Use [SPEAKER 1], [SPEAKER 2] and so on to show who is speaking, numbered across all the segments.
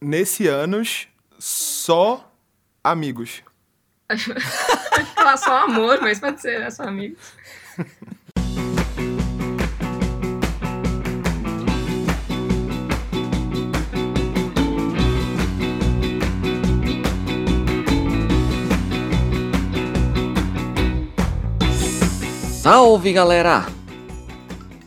[SPEAKER 1] nesse anos, só amigos.
[SPEAKER 2] Pode falar só amor, mas pode ser, né? Só amigos.
[SPEAKER 3] Salve galera!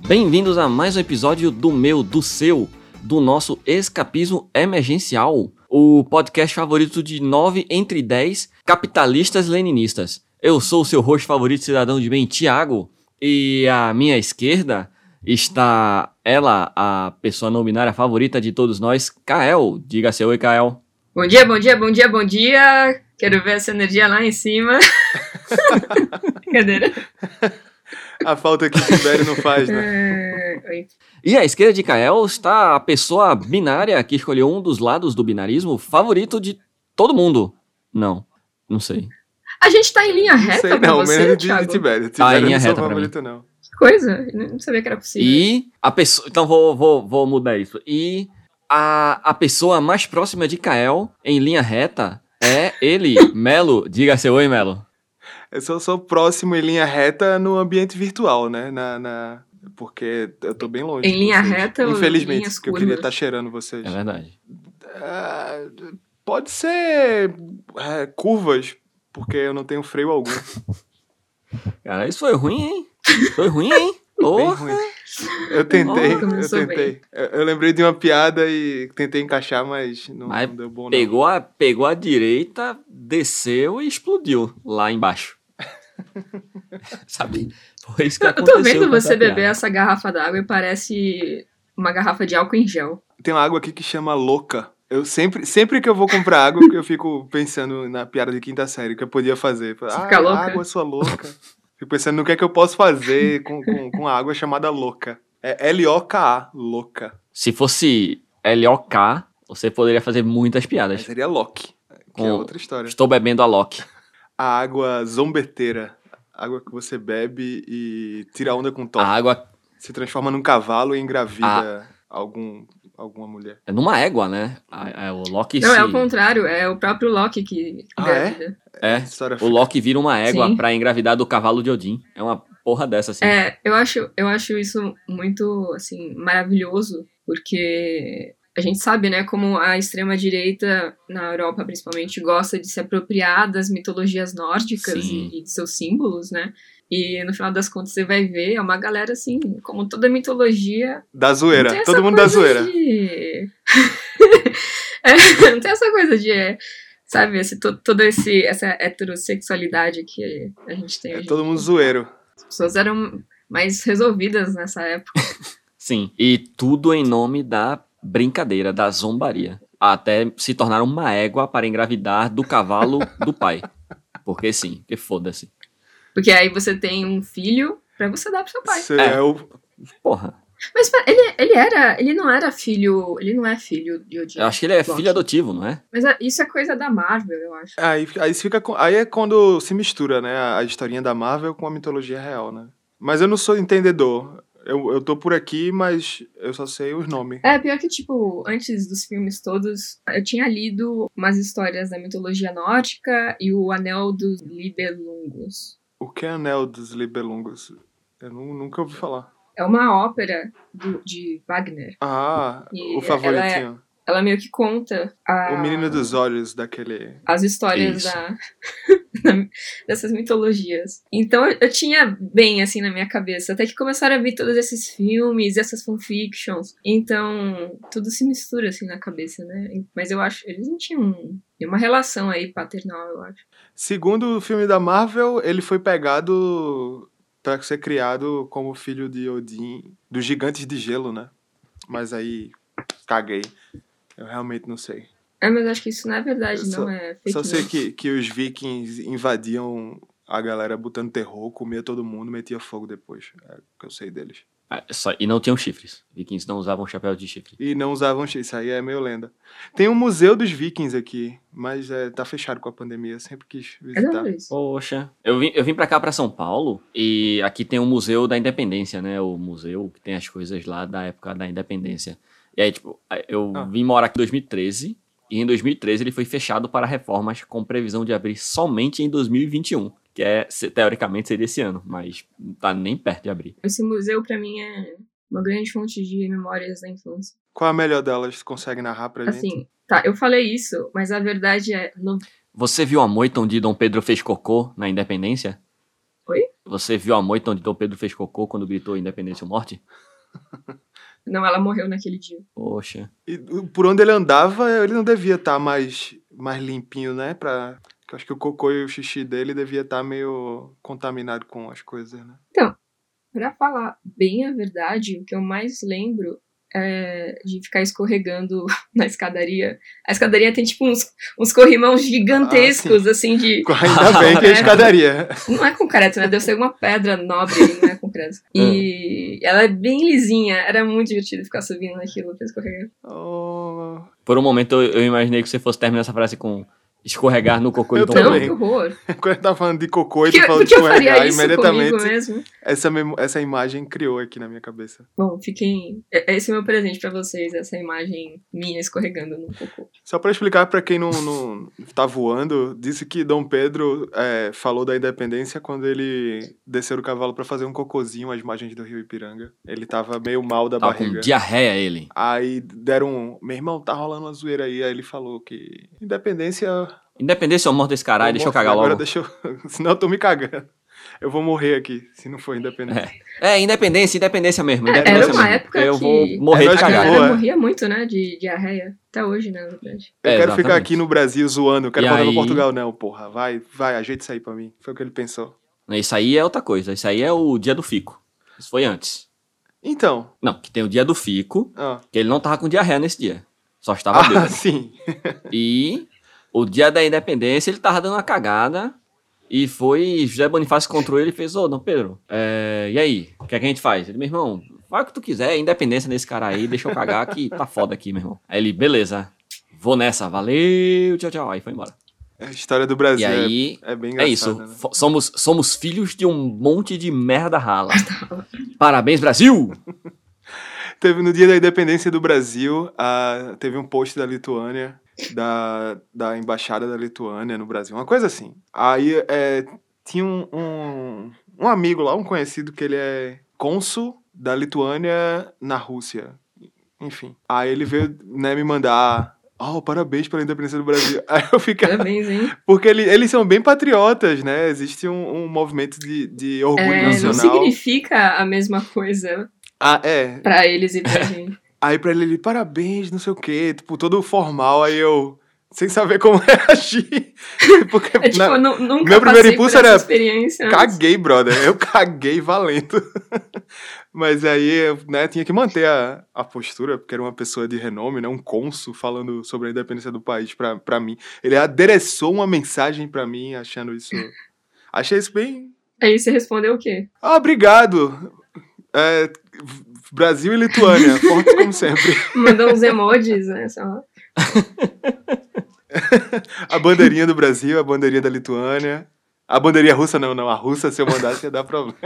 [SPEAKER 3] Bem-vindos a mais um episódio do meu, do seu, do nosso Escapismo Emergencial, o podcast favorito de 9 entre 10 capitalistas leninistas. Eu sou o seu host favorito, cidadão de bem, Tiago, e à minha esquerda está ela, a pessoa não binária favorita de todos nós, Kael. Diga seu oi, Kael.
[SPEAKER 2] Bom dia, bom dia, bom dia, bom dia. Quero ver essa energia lá em cima. Brincadeira.
[SPEAKER 1] A falta que Tibério não faz, né?
[SPEAKER 2] É, Oi.
[SPEAKER 3] E à esquerda de Kael está a pessoa binária que escolheu um dos lados do binarismo favorito de todo mundo. Não, não sei.
[SPEAKER 2] A gente tá em linha reta
[SPEAKER 1] Sei
[SPEAKER 2] pra
[SPEAKER 1] não,
[SPEAKER 2] você,
[SPEAKER 1] menos de
[SPEAKER 2] Thiago?
[SPEAKER 1] de Tibério.
[SPEAKER 3] Tá,
[SPEAKER 1] Tibério
[SPEAKER 3] linha
[SPEAKER 1] não é seu
[SPEAKER 3] reta pra mim.
[SPEAKER 1] favorito, não.
[SPEAKER 2] Que Coisa, não sabia que era possível.
[SPEAKER 3] E a pessoa. Então vou, vou, vou mudar isso. E a, a pessoa mais próxima de Kael em linha reta é ele, Melo. Diga seu oi, Melo.
[SPEAKER 1] Eu só sou próximo em linha reta no ambiente virtual, né? Na, na- Porque eu tô bem longe.
[SPEAKER 2] Em
[SPEAKER 1] de
[SPEAKER 2] linha
[SPEAKER 1] vocês.
[SPEAKER 2] reta ou em
[SPEAKER 1] Infelizmente,
[SPEAKER 2] linhas
[SPEAKER 1] porque eu queria
[SPEAKER 2] curvas?
[SPEAKER 1] estar cheirando vocês.
[SPEAKER 3] É verdade.
[SPEAKER 1] Ah, pode ser é, curvas, porque eu não tenho freio algum.
[SPEAKER 3] Cara, isso foi ruim, hein? Foi ruim, hein?
[SPEAKER 1] Bem
[SPEAKER 3] Oh,
[SPEAKER 1] ruim. Eu tentei,
[SPEAKER 2] Oh,
[SPEAKER 1] eu
[SPEAKER 2] começou
[SPEAKER 1] tentei. Eu, eu lembrei de uma piada e tentei encaixar, mas não,
[SPEAKER 3] Mas
[SPEAKER 1] não deu bom não.
[SPEAKER 3] pegou, a, pegou a direita, desceu e explodiu lá embaixo. Sabe? Foi isso que
[SPEAKER 2] eu
[SPEAKER 3] aconteceu.
[SPEAKER 2] tô vendo
[SPEAKER 3] com essa
[SPEAKER 2] você beber
[SPEAKER 3] piada.
[SPEAKER 2] essa garrafa d'água e parece uma garrafa de álcool em gel.
[SPEAKER 1] Tem uma água aqui que chama louca. Eu sempre, sempre que eu vou comprar água, que eu fico pensando na piada de quinta série que eu podia fazer.
[SPEAKER 2] Você
[SPEAKER 1] ah,
[SPEAKER 2] fica louca?
[SPEAKER 1] água sua louca. Fico pensando no que é que eu posso fazer com, com, com a água chamada louca. É L-O-K-A, louca.
[SPEAKER 3] Se fosse LOK, você poderia fazer muitas
[SPEAKER 1] Mas
[SPEAKER 3] piadas.
[SPEAKER 1] seria Loki, que é
[SPEAKER 3] Com-
[SPEAKER 1] outra história.
[SPEAKER 3] Estou bebendo a Loki.
[SPEAKER 1] A água zombeteira. Água que você bebe e tira onda com
[SPEAKER 3] A
[SPEAKER 1] toque.
[SPEAKER 3] água
[SPEAKER 1] Se transforma num cavalo e engravida
[SPEAKER 3] Ah.
[SPEAKER 1] algum, alguma mulher.
[SPEAKER 3] é numa égua, né? A- a- o Loki
[SPEAKER 2] Não,
[SPEAKER 3] se-
[SPEAKER 2] é o contrário, é o próprio Loki que né?
[SPEAKER 1] Ah,
[SPEAKER 2] engravida.
[SPEAKER 3] é.
[SPEAKER 1] História
[SPEAKER 3] O Loki vira uma égua
[SPEAKER 2] Sim.
[SPEAKER 3] pra engravidar do cavalo de Odin. É uma porra dessa, assim.
[SPEAKER 2] É, eu acho, eu acho isso muito, assim, maravilhoso, porque a gente sabe, né, como a extrema-direita, na Europa principalmente, gosta de se apropriar das mitologias nórdicas
[SPEAKER 3] Sim.
[SPEAKER 2] e, e de seus símbolos, né? E no final das contas você vai ver, é uma galera, assim, como toda mitologia,
[SPEAKER 1] da
[SPEAKER 2] Não tem
[SPEAKER 1] zoeira.
[SPEAKER 2] essa
[SPEAKER 1] Todo mundo da
[SPEAKER 2] coisa
[SPEAKER 1] zoeira.
[SPEAKER 2] de- É, não tem essa coisa de. é, Sabe, esse, to- toda esse, essa heterossexualidade que a gente tem.
[SPEAKER 1] É
[SPEAKER 2] hoje.
[SPEAKER 1] todo mundo zoeiro.
[SPEAKER 2] As pessoas eram mais resolvidas nessa época.
[SPEAKER 3] Sim. E tudo em nome da brincadeira, da zombaria. Até se tornar uma égua para engravidar do cavalo do pai. Porque sim, que foda-se.
[SPEAKER 2] Porque aí você tem um filho pra você dar pro seu pai.
[SPEAKER 1] Seria
[SPEAKER 3] É.
[SPEAKER 1] o-
[SPEAKER 3] Porra.
[SPEAKER 2] Mas pera, ele, ele era. Ele não era filho. Ele não é filho de Odin.
[SPEAKER 3] Eu acho que ele é
[SPEAKER 2] Loki.
[SPEAKER 3] filho adotivo, não é?
[SPEAKER 2] Mas é- isso é coisa da Marvel, eu acho.
[SPEAKER 1] Aí, aí, isso fica, com- aí é quando se mistura, né? A, a historinha da Marvel com a mitologia real, né? Mas eu não sou entendedor. Eu, eu tô por aqui, mas eu só sei os nomes.
[SPEAKER 2] É, pior que, tipo, antes dos filmes todos, eu tinha lido umas histórias da mitologia nórdica e o Anel dos Libelungos.
[SPEAKER 1] O que é Anel dos Libelungos? Eu nu- nunca ouvi falar.
[SPEAKER 2] É uma ópera do- de Wagner.
[SPEAKER 1] Ah,
[SPEAKER 2] E
[SPEAKER 1] o favoritinho.
[SPEAKER 2] Ela meio que conta a-
[SPEAKER 1] O Menino dos Olhos, daquele...
[SPEAKER 2] as histórias
[SPEAKER 3] Isso.
[SPEAKER 2] da, da- dessas mitologias. Então eu, eu tinha bem assim na minha cabeça, até que começaram a vir todos esses filmes, essas fanfictions. Então tudo se mistura assim na cabeça, né? Mas eu acho, eles não tinham nenhuma relação aí paternal, eu acho.
[SPEAKER 1] Segundo o filme da Marvel, ele foi pegado pra ser criado como filho de Odin, dos Gigantes de Gelo, né? Mas aí, caguei. Eu realmente não sei.
[SPEAKER 2] É, mas acho que isso na verdade
[SPEAKER 1] Eu
[SPEAKER 2] não
[SPEAKER 1] só-
[SPEAKER 2] é fake
[SPEAKER 1] Só sei
[SPEAKER 2] news.
[SPEAKER 1] que, que os vikings invadiam a galera botando terror, comia todo mundo, metia fogo depois. É o que eu sei deles.
[SPEAKER 3] Ah, só- e não tinham chifres. Vikings não usavam chapéu de chifre.
[SPEAKER 1] E não usavam chifre, isso aí é meio lenda. Tem um museu dos vikings aqui, mas é, tá fechado com a pandemia, eu sempre quis
[SPEAKER 2] É da
[SPEAKER 1] visitar.
[SPEAKER 2] hora isso.
[SPEAKER 3] Poxa, eu vim, eu vim pra cá, pra São Paulo, e aqui tem o Museu da Independência, né? O museu que tem as coisas lá da época da Independência. E aí, tipo, eu
[SPEAKER 1] Ah.
[SPEAKER 3] vim morar aqui em 2013, E em 2013 ele foi fechado para reformas com previsão de abrir somente em 2021, que é se- teoricamente seria esse ano, mas não tá nem perto de abrir.
[SPEAKER 2] Esse museu, pra mim, é uma grande fonte de memórias da infância.
[SPEAKER 1] Qual a melhor delas? Tu consegue narrar pra gente?
[SPEAKER 2] Assim, tá, eu falei isso, mas a verdade é. no-
[SPEAKER 3] Você viu a moita onde Dom Pedro fez cocô na Independência?
[SPEAKER 2] Oi?
[SPEAKER 3] Você viu a moita onde Dom Pedro fez cocô quando gritou Independência ou Morte?
[SPEAKER 2] Não, ela morreu naquele dia.
[SPEAKER 3] Poxa.
[SPEAKER 1] E o- por onde ele andava, ele não devia estar mais, mais limpinho, né? Pra... que eu Acho que o cocô e o xixi dele devia estar meio contaminado com as coisas, né?
[SPEAKER 2] Pra falar bem a verdade, o que eu mais lembro é de ficar escorregando na escadaria. A escadaria tem tipo uns, uns
[SPEAKER 1] Ah,
[SPEAKER 2] corrimãos gigantescos, assim, de.
[SPEAKER 1] Ainda bem que é escadaria.
[SPEAKER 2] Não é concreto, né? Deve ser alguma pedra nobre, não é concreto.
[SPEAKER 1] Ah.
[SPEAKER 2] E ela é bem lisinha, era muito divertido ficar subindo naquilo pra escorregar.
[SPEAKER 1] Oh,
[SPEAKER 3] Por um momento eu, eu imaginei que você fosse terminar essa frase com escorregar no cocô de
[SPEAKER 1] Eu
[SPEAKER 3] Dom
[SPEAKER 2] Não,
[SPEAKER 1] também.
[SPEAKER 2] que
[SPEAKER 3] Pedro.
[SPEAKER 2] horror.
[SPEAKER 1] Quando eu tava falando de cocô e tu
[SPEAKER 2] Que,
[SPEAKER 1] falou de
[SPEAKER 2] porque eu
[SPEAKER 1] escorregar,
[SPEAKER 2] faria isso comigo
[SPEAKER 1] ah,
[SPEAKER 2] né?
[SPEAKER 1] imediatamente
[SPEAKER 2] mesmo.
[SPEAKER 1] essa, memo- essa imagem criou aqui na minha cabeça.
[SPEAKER 2] Bom, fiquem. é- Esse é o meu presente pra vocês, essa imagem minha escorregando no cocô.
[SPEAKER 1] Só pra explicar pra quem não, não tá voando, disse que Dom Pedro é, falou da independência quando ele desceu do cavalo pra fazer um cocôzinho às margens do rio Ipiranga. Ele tava meio mal da
[SPEAKER 3] Tava com
[SPEAKER 1] barriga.
[SPEAKER 3] diarreia ele.
[SPEAKER 1] Aí deram um. Meu irmão, tá rolando uma zoeira aí. Aí ele falou que. Independência.
[SPEAKER 3] Independência ou morte desse caralho, deixa eu cagar
[SPEAKER 1] agora
[SPEAKER 3] logo.
[SPEAKER 1] Deixa eu... Senão eu tô me cagando. Eu vou morrer aqui, se não for independência.
[SPEAKER 3] É, independência, independência mesmo.
[SPEAKER 2] É, era
[SPEAKER 3] independência
[SPEAKER 2] uma
[SPEAKER 3] mesmo.
[SPEAKER 2] época
[SPEAKER 3] Eu
[SPEAKER 2] que-
[SPEAKER 3] vou morrer
[SPEAKER 1] É,
[SPEAKER 3] de
[SPEAKER 1] nós Cagada.
[SPEAKER 2] A
[SPEAKER 3] cagar.
[SPEAKER 2] galera
[SPEAKER 1] Boa.
[SPEAKER 2] morria muito, né, de diarreia. Até hoje, né, na verdade.
[SPEAKER 1] Eu
[SPEAKER 3] É,
[SPEAKER 1] quero ficar
[SPEAKER 3] exatamente.
[SPEAKER 1] aqui no Brasil zoando. Eu quero
[SPEAKER 3] E
[SPEAKER 1] morar
[SPEAKER 3] aí?
[SPEAKER 1] no Portugal, não, porra. Vai, vai, ajeita isso aí pra mim. Foi o que ele pensou.
[SPEAKER 3] Isso aí é outra coisa. Isso aí é o dia do fico. Isso foi antes.
[SPEAKER 1] Então.
[SPEAKER 3] Não, que tem o dia do fico,
[SPEAKER 1] Ah,
[SPEAKER 3] que ele não tava com diarreia nesse dia. Só estava
[SPEAKER 1] ah
[SPEAKER 3] bêbado.
[SPEAKER 1] sim.
[SPEAKER 3] E o dia da independência, ele tava dando uma cagada. E foi. José Bonifácio encontrou ele e fez: Ô, Dom Pedro, é, e aí? O que, é que a gente faz? Ele, meu irmão, faz o que tu quiser, é independência nesse cara aí, deixa eu cagar que tá foda aqui, meu irmão. Aí ele, beleza, vou nessa, valeu, tchau, tchau. Aí foi embora.
[SPEAKER 1] A história do
[SPEAKER 3] E
[SPEAKER 1] Brasil é-
[SPEAKER 3] aí.
[SPEAKER 1] é, bem
[SPEAKER 3] É
[SPEAKER 1] engraçada.
[SPEAKER 3] isso,
[SPEAKER 1] né?
[SPEAKER 3] fo- somos, somos filhos de um monte de merda rala. Parabéns, Brasil!
[SPEAKER 1] Teve no dia da independência do Brasil, a- teve um post da Lituânia, da, da embaixada da Lituânia no Brasil, uma coisa assim. Aí é, tinha um, um, um amigo lá, um conhecido, que ele é cônsul da Lituânia na Rússia. Enfim. Aí ele veio né, me mandar. Oh, parabéns pela independência do Brasil. Aí eu fiquei.
[SPEAKER 2] Parabéns, hein?
[SPEAKER 1] Porque ele- eles são bem patriotas, né? Existe um, um movimento de, de orgulho
[SPEAKER 2] É, não
[SPEAKER 1] nacional.
[SPEAKER 2] significa a mesma coisa
[SPEAKER 1] Ah, é.
[SPEAKER 2] pra eles e pra gente.
[SPEAKER 1] Aí pra ele, ele, parabéns, não sei o quê, tipo, todo formal, aí eu, sem saber como reagir, porque
[SPEAKER 2] É tipo,
[SPEAKER 1] na-
[SPEAKER 2] nu- nunca
[SPEAKER 1] meu primeiro
[SPEAKER 2] passei
[SPEAKER 1] impulso
[SPEAKER 2] por essa
[SPEAKER 1] era
[SPEAKER 2] experiência. antes.
[SPEAKER 1] caguei, brother, eu caguei valendo. Mas aí, eu, né, tinha que manter a, a postura, porque era uma pessoa de renome, né, um cônsul falando sobre a independência do país pra, pra mim. Ele adereçou uma mensagem pra mim, achando isso, achei isso bem,
[SPEAKER 2] Aí você respondeu o quê?
[SPEAKER 1] ah, obrigado, É, Brasil e Lituânia, fortes como sempre.
[SPEAKER 2] Mandou uns emojis, né? sei lá.
[SPEAKER 1] A bandeirinha do Brasil, a bandeirinha da Lituânia. A bandeirinha russa, não, não. A russa, se eu mandasse, ia dar problema.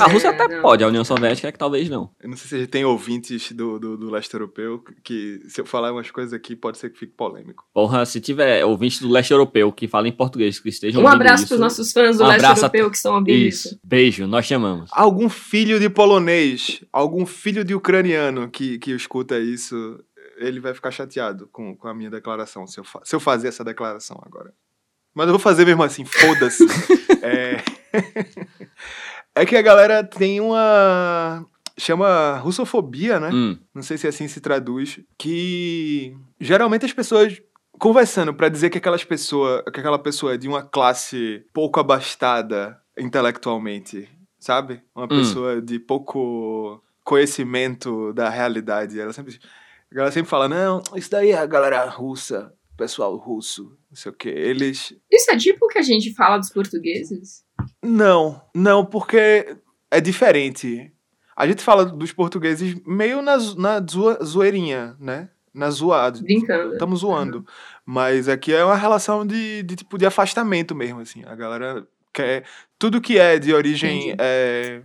[SPEAKER 3] A Rússia
[SPEAKER 2] É,
[SPEAKER 3] até
[SPEAKER 2] não.
[SPEAKER 3] pode, a União Soviética é que talvez não.
[SPEAKER 1] Eu não sei se a gente tem ouvintes do, do, do leste europeu que, se eu falar umas coisas aqui, pode ser que fique polêmico.
[SPEAKER 3] Porra, se tiver ouvinte do leste europeu que fala em português, que estejam
[SPEAKER 2] Um
[SPEAKER 3] ouvindo
[SPEAKER 2] abraço
[SPEAKER 3] isso,
[SPEAKER 2] pros nossos fãs do
[SPEAKER 3] Um
[SPEAKER 2] leste
[SPEAKER 3] abraço a-
[SPEAKER 2] europeu que estão ouvindo isso.
[SPEAKER 3] Isso. Beijo, nós chamamos.
[SPEAKER 1] Algum filho de polonês, algum filho de ucraniano que, que escuta isso, ele vai ficar chateado com, com a minha declaração, se eu, fa- se eu fazer essa declaração agora. Mas eu vou fazer mesmo assim, foda-se. é... é que a galera tem uma. chama russofobia, né?
[SPEAKER 3] Hum,
[SPEAKER 1] não sei se assim se traduz, que geralmente as pessoas conversando pra dizer que aquelas pessoa, que aquela pessoa é de uma classe pouco abastada intelectualmente, sabe? Uma pessoa de pouco conhecimento da realidade, ela sempre a galera sempre fala: "Não, isso daí é a galera russa, pessoal russo, não sei o quê. Eles
[SPEAKER 2] Isso é tipo o que a gente fala dos portugueses?
[SPEAKER 1] não, não, porque é diferente. A gente fala dos portugueses meio na, zo- na zoa- zoeirinha, né? Na zoada.
[SPEAKER 2] Brincando.
[SPEAKER 1] Estamos zoando. Mas aqui é uma relação de, de tipo de afastamento mesmo, assim. A galera quer. Tudo que é de origem
[SPEAKER 2] Entendi.
[SPEAKER 1] é,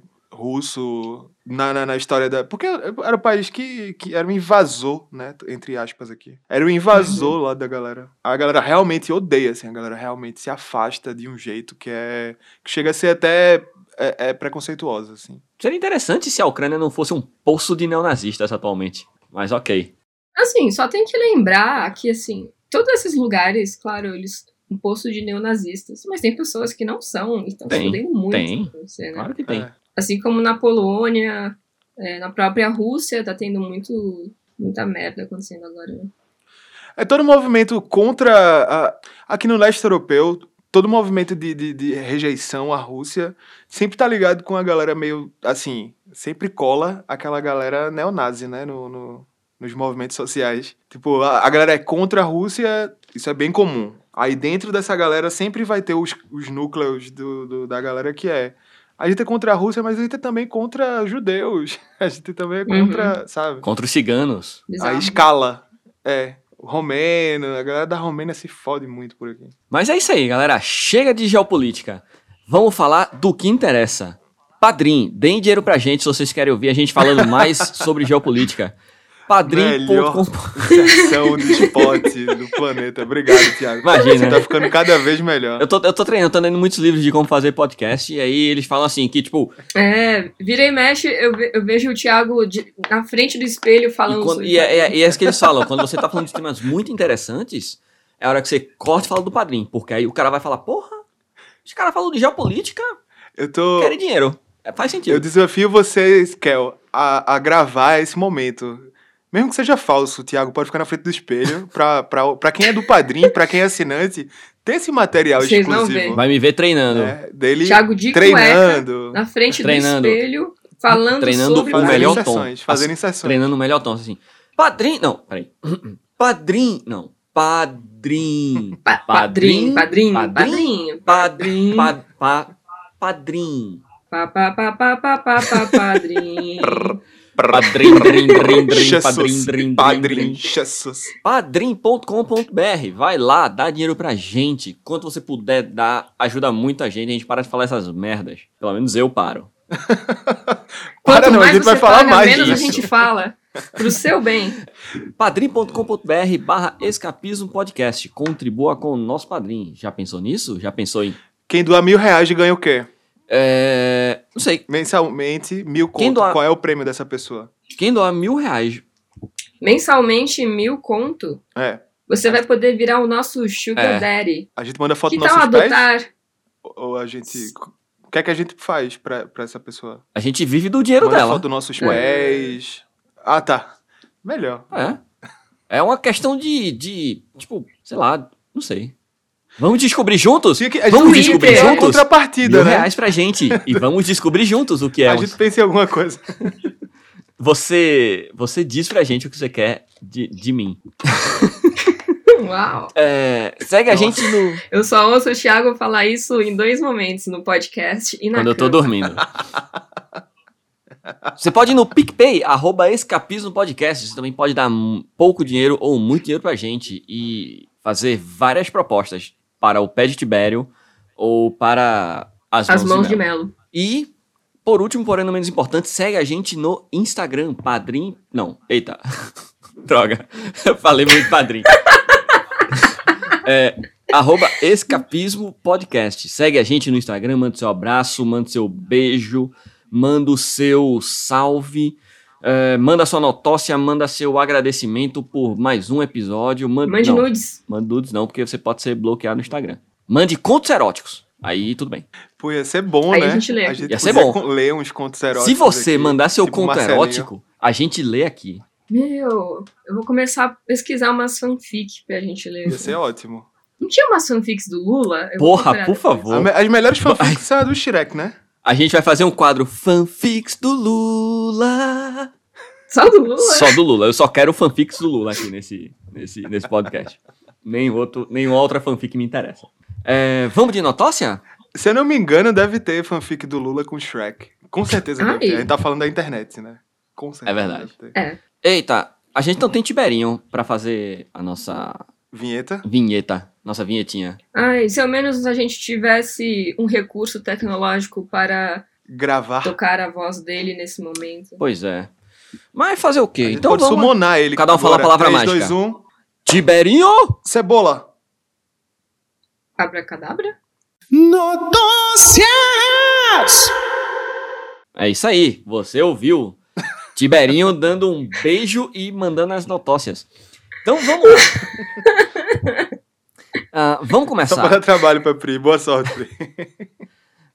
[SPEAKER 1] russo na, na, na história da. Porque era o país que, que era um invasor, né? Entre aspas aqui. Era um invasor lá da galera. A galera realmente odeia, assim, a galera realmente se afasta de um jeito que é. que chega a ser até é, é preconceituosa, assim.
[SPEAKER 3] Seria interessante se a Ucrânia não fosse um poço de neonazistas atualmente. Mas ok.
[SPEAKER 2] Assim, só tem que lembrar que, assim, todos esses lugares, claro, eles um poço de neonazistas, mas tem pessoas que não são e estão se
[SPEAKER 3] Tem,
[SPEAKER 2] fudendo muito
[SPEAKER 3] tem.
[SPEAKER 2] com você, né?
[SPEAKER 3] Claro que tem.
[SPEAKER 1] É.
[SPEAKER 2] Assim como na Polônia, é, na própria Rússia, tá tendo muito, muita merda acontecendo agora. né?
[SPEAKER 1] É todo um movimento contra. a- aqui no leste europeu, todo um movimento de, de, de rejeição à Rússia sempre tá ligado com a galera meio. Assim, sempre cola aquela galera neonazi, né? No, no- nos movimentos sociais. Tipo, a, a galera é contra a Rússia, isso é bem comum. Aí dentro dessa galera sempre vai ter os, os núcleos do, do- da galera que é. A gente é contra a Rússia, mas a gente é também contra judeus. A gente também é contra, sabe?
[SPEAKER 3] Contra os ciganos.
[SPEAKER 1] A
[SPEAKER 2] Bizarro.
[SPEAKER 1] escala. É. O Romeno, a galera da Romênia se fode muito por aqui.
[SPEAKER 3] Mas é isso aí, galera. Chega de geopolítica. Vamos falar do que interessa. Padrim, deem dinheiro pra gente se vocês querem ouvir a gente falando mais sobre geopolítica.
[SPEAKER 1] Melhor
[SPEAKER 3] Padrim.com.
[SPEAKER 1] sessão de esporte do planeta. Obrigado, Thiago.
[SPEAKER 3] Imagina.
[SPEAKER 1] Você tá ficando cada vez melhor.
[SPEAKER 3] Eu tô, eu tô treinando, tô lendo muitos livros de como fazer podcast, e aí eles falam assim, que tipo,
[SPEAKER 2] É, vira e mexe, eu, ve- eu vejo o Thiago de- na frente do espelho falando
[SPEAKER 3] E, quando-
[SPEAKER 2] sobre
[SPEAKER 3] e é, é, é isso que eles falam. Quando você tá falando de temas muito interessantes, é a hora que você corta e fala do padrinho. Porque aí o cara vai falar, porra, os caras falam de geopolítica,
[SPEAKER 1] Eu tô.
[SPEAKER 3] querem dinheiro. É, faz
[SPEAKER 1] Eu
[SPEAKER 3] sentido.
[SPEAKER 1] desafio vocês, Kel, a, a gravar esse momento. Mesmo que seja falso, Thiago pode ficar na frente do espelho. Pra, pra, pra quem é do padrinho, pra quem é assinante, ter esse material
[SPEAKER 2] Vocês vão
[SPEAKER 1] exclusivo.
[SPEAKER 3] Vai me ver treinando.
[SPEAKER 1] né, Dele
[SPEAKER 2] Thiago de cueca
[SPEAKER 1] treinando.
[SPEAKER 2] na frente
[SPEAKER 3] Treinando.
[SPEAKER 2] do espelho, falando
[SPEAKER 3] Treinando
[SPEAKER 2] sobre
[SPEAKER 3] o
[SPEAKER 1] fazendo
[SPEAKER 3] melhor tom.
[SPEAKER 1] inserções. Fazendo inserções.
[SPEAKER 3] Treinando o melhor tom, assim. Padrinho, não, peraí. Padrinho, não. Padrinho.
[SPEAKER 2] Pa- padrinho, padrinho,
[SPEAKER 3] Padrinho.
[SPEAKER 2] padrinho,
[SPEAKER 3] Padrinho. Pa, pa, padrinho.
[SPEAKER 2] Pa, pa, pa, pa, pa, pa, pa, padrinho.
[SPEAKER 3] Padrinho, drim, drim, drim, padrinho, drim,
[SPEAKER 1] Jesus,
[SPEAKER 3] drim, drim.
[SPEAKER 1] padrinho, Jesus.
[SPEAKER 3] padrim.com.br. Vai lá, dá dinheiro pra gente. Quanto você puder dar, ajuda muito a gente. A gente para de falar essas merdas. Pelo menos eu paro.
[SPEAKER 2] Quanto
[SPEAKER 1] Para não,
[SPEAKER 2] mais
[SPEAKER 1] a gente
[SPEAKER 2] você
[SPEAKER 1] vai falar
[SPEAKER 2] paga,
[SPEAKER 1] mais
[SPEAKER 2] menos
[SPEAKER 1] disso.
[SPEAKER 2] a gente fala. Pro seu bem.
[SPEAKER 3] padrim.com.br barra escapismo podcast. Contribua com o nosso padrim. Já pensou nisso? Já pensou em...
[SPEAKER 1] Quem doar mil reais ganha o quê?
[SPEAKER 3] É... Não sei.
[SPEAKER 1] Mensalmente, mil
[SPEAKER 3] Quem
[SPEAKER 1] conto.
[SPEAKER 3] doar-
[SPEAKER 1] Qual é o prêmio dessa pessoa?
[SPEAKER 3] Quem doar mil reais...
[SPEAKER 2] Mensalmente, mil conto,
[SPEAKER 1] É.
[SPEAKER 2] você vai poder virar o nosso Sugar
[SPEAKER 3] É.
[SPEAKER 2] Daddy.
[SPEAKER 1] A gente manda foto
[SPEAKER 2] Que
[SPEAKER 3] tá
[SPEAKER 1] dos
[SPEAKER 2] tal
[SPEAKER 1] nossos pés?
[SPEAKER 2] adotar?
[SPEAKER 1] Ou a gente. O que é que a gente faz pra, pra essa pessoa?
[SPEAKER 3] A gente vive do dinheiro
[SPEAKER 1] manda
[SPEAKER 3] dela.
[SPEAKER 1] foto dos nossos
[SPEAKER 2] Ué.
[SPEAKER 1] pés. Ah, tá. Melhor.
[SPEAKER 3] É. É uma questão de, de... Tipo, sei lá. Não sei. Vamos descobrir juntos?
[SPEAKER 1] Tinha que- a gente
[SPEAKER 3] Vamos
[SPEAKER 1] podia
[SPEAKER 3] descobrir
[SPEAKER 1] ter uma
[SPEAKER 3] juntos?
[SPEAKER 1] contrapartida,
[SPEAKER 3] mil
[SPEAKER 1] né?
[SPEAKER 3] reais pra gente. E vamos descobrir juntos o que é.
[SPEAKER 1] a
[SPEAKER 3] um-
[SPEAKER 1] gente pensa em alguma coisa.
[SPEAKER 3] Você, você diz pra gente o que você quer de, de mim.
[SPEAKER 2] Uau!
[SPEAKER 3] É, segue a
[SPEAKER 1] Nossa.
[SPEAKER 3] gente no,
[SPEAKER 2] Eu só ouço o Thiago falar isso em dois momentos, no podcast e na
[SPEAKER 3] quando eu tô
[SPEAKER 2] cama.
[SPEAKER 3] dormindo. Você pode ir no PicPay, arroba Escapismo Podcast. Você também pode dar m- pouco dinheiro ou muito dinheiro pra gente e fazer várias propostas para o Pé de Tibério ou para as,
[SPEAKER 2] As mãos de
[SPEAKER 3] Mel.
[SPEAKER 2] Melo.
[SPEAKER 3] E, por último, porém não menos importante, segue a gente no Instagram, padrim... Não, eita. Droga. Eu falei muito padrim. é, arroba escapismo podcast. Segue a gente no Instagram, manda o seu abraço, manda o seu beijo, manda o seu salve. é, manda sua notócia, manda seu agradecimento por mais um episódio. Manda,
[SPEAKER 2] Mande
[SPEAKER 3] não,
[SPEAKER 2] nudes.
[SPEAKER 3] manda nudes não, porque você pode ser bloqueado no Instagram. Mande contos eróticos. Aí tudo bem.
[SPEAKER 1] Pô, ia ser bom,
[SPEAKER 2] Aí
[SPEAKER 1] né?
[SPEAKER 2] a gente lê.
[SPEAKER 3] Ia ser
[SPEAKER 1] podia
[SPEAKER 3] bom.
[SPEAKER 1] co- ler uns contos eróticos.
[SPEAKER 3] Se você
[SPEAKER 1] aqui,
[SPEAKER 3] mandar seu
[SPEAKER 1] tipo
[SPEAKER 3] conto
[SPEAKER 1] Marcelinho.
[SPEAKER 3] erótico, a gente lê aqui.
[SPEAKER 2] Meu, eu vou começar a pesquisar umas fanfic pra gente ler.
[SPEAKER 1] Ia ser ótimo.
[SPEAKER 2] Não tinha umas fanfics do Lula? Eu vou
[SPEAKER 3] Porra,
[SPEAKER 2] procurar
[SPEAKER 3] por
[SPEAKER 1] A
[SPEAKER 2] depois.
[SPEAKER 3] favor.
[SPEAKER 1] me- As melhores fanfics são a do Shrek, né?
[SPEAKER 3] A gente vai fazer um quadro fanfics do Lula.
[SPEAKER 2] Só do Lula?
[SPEAKER 3] Só do Lula. Eu só quero fanfics do Lula aqui nesse, nesse, nesse podcast. Nem outro, nenhuma outra fanfic me interessa. É, vamos de notócia?
[SPEAKER 1] Se eu não me engano, deve ter fanfic do Lula com Shrek. Com certeza deve
[SPEAKER 2] Ai.
[SPEAKER 1] ter. A gente tá falando da internet, né? Com certeza.
[SPEAKER 3] É verdade.
[SPEAKER 1] deve ter.
[SPEAKER 2] É.
[SPEAKER 3] Eita, a gente não tem Tiberinho pra fazer a nossa
[SPEAKER 1] Vinheta.
[SPEAKER 3] vinheta, nossa vinhetinha.
[SPEAKER 2] Ai, se ao menos a gente tivesse um recurso tecnológico para
[SPEAKER 1] gravar.
[SPEAKER 2] tocar a voz dele nesse momento.
[SPEAKER 3] Pois é. Mas fazer o quê?
[SPEAKER 1] A gente
[SPEAKER 3] Então
[SPEAKER 1] pode
[SPEAKER 3] vamos.
[SPEAKER 1] summonar ele.
[SPEAKER 3] Cada um fala a palavra
[SPEAKER 1] 3,
[SPEAKER 3] mágica.
[SPEAKER 1] 2, 1.
[SPEAKER 3] Tiberinho!
[SPEAKER 1] Cebola.
[SPEAKER 2] Abracadabra?
[SPEAKER 4] Notícias!
[SPEAKER 3] É isso aí, você ouviu. Tiberinho dando um beijo e mandando as notócias. Então vamos lá. Ah, vamos
[SPEAKER 1] Só
[SPEAKER 3] começar.
[SPEAKER 1] para dar trabalho pra Pri. Boa sorte, Pri.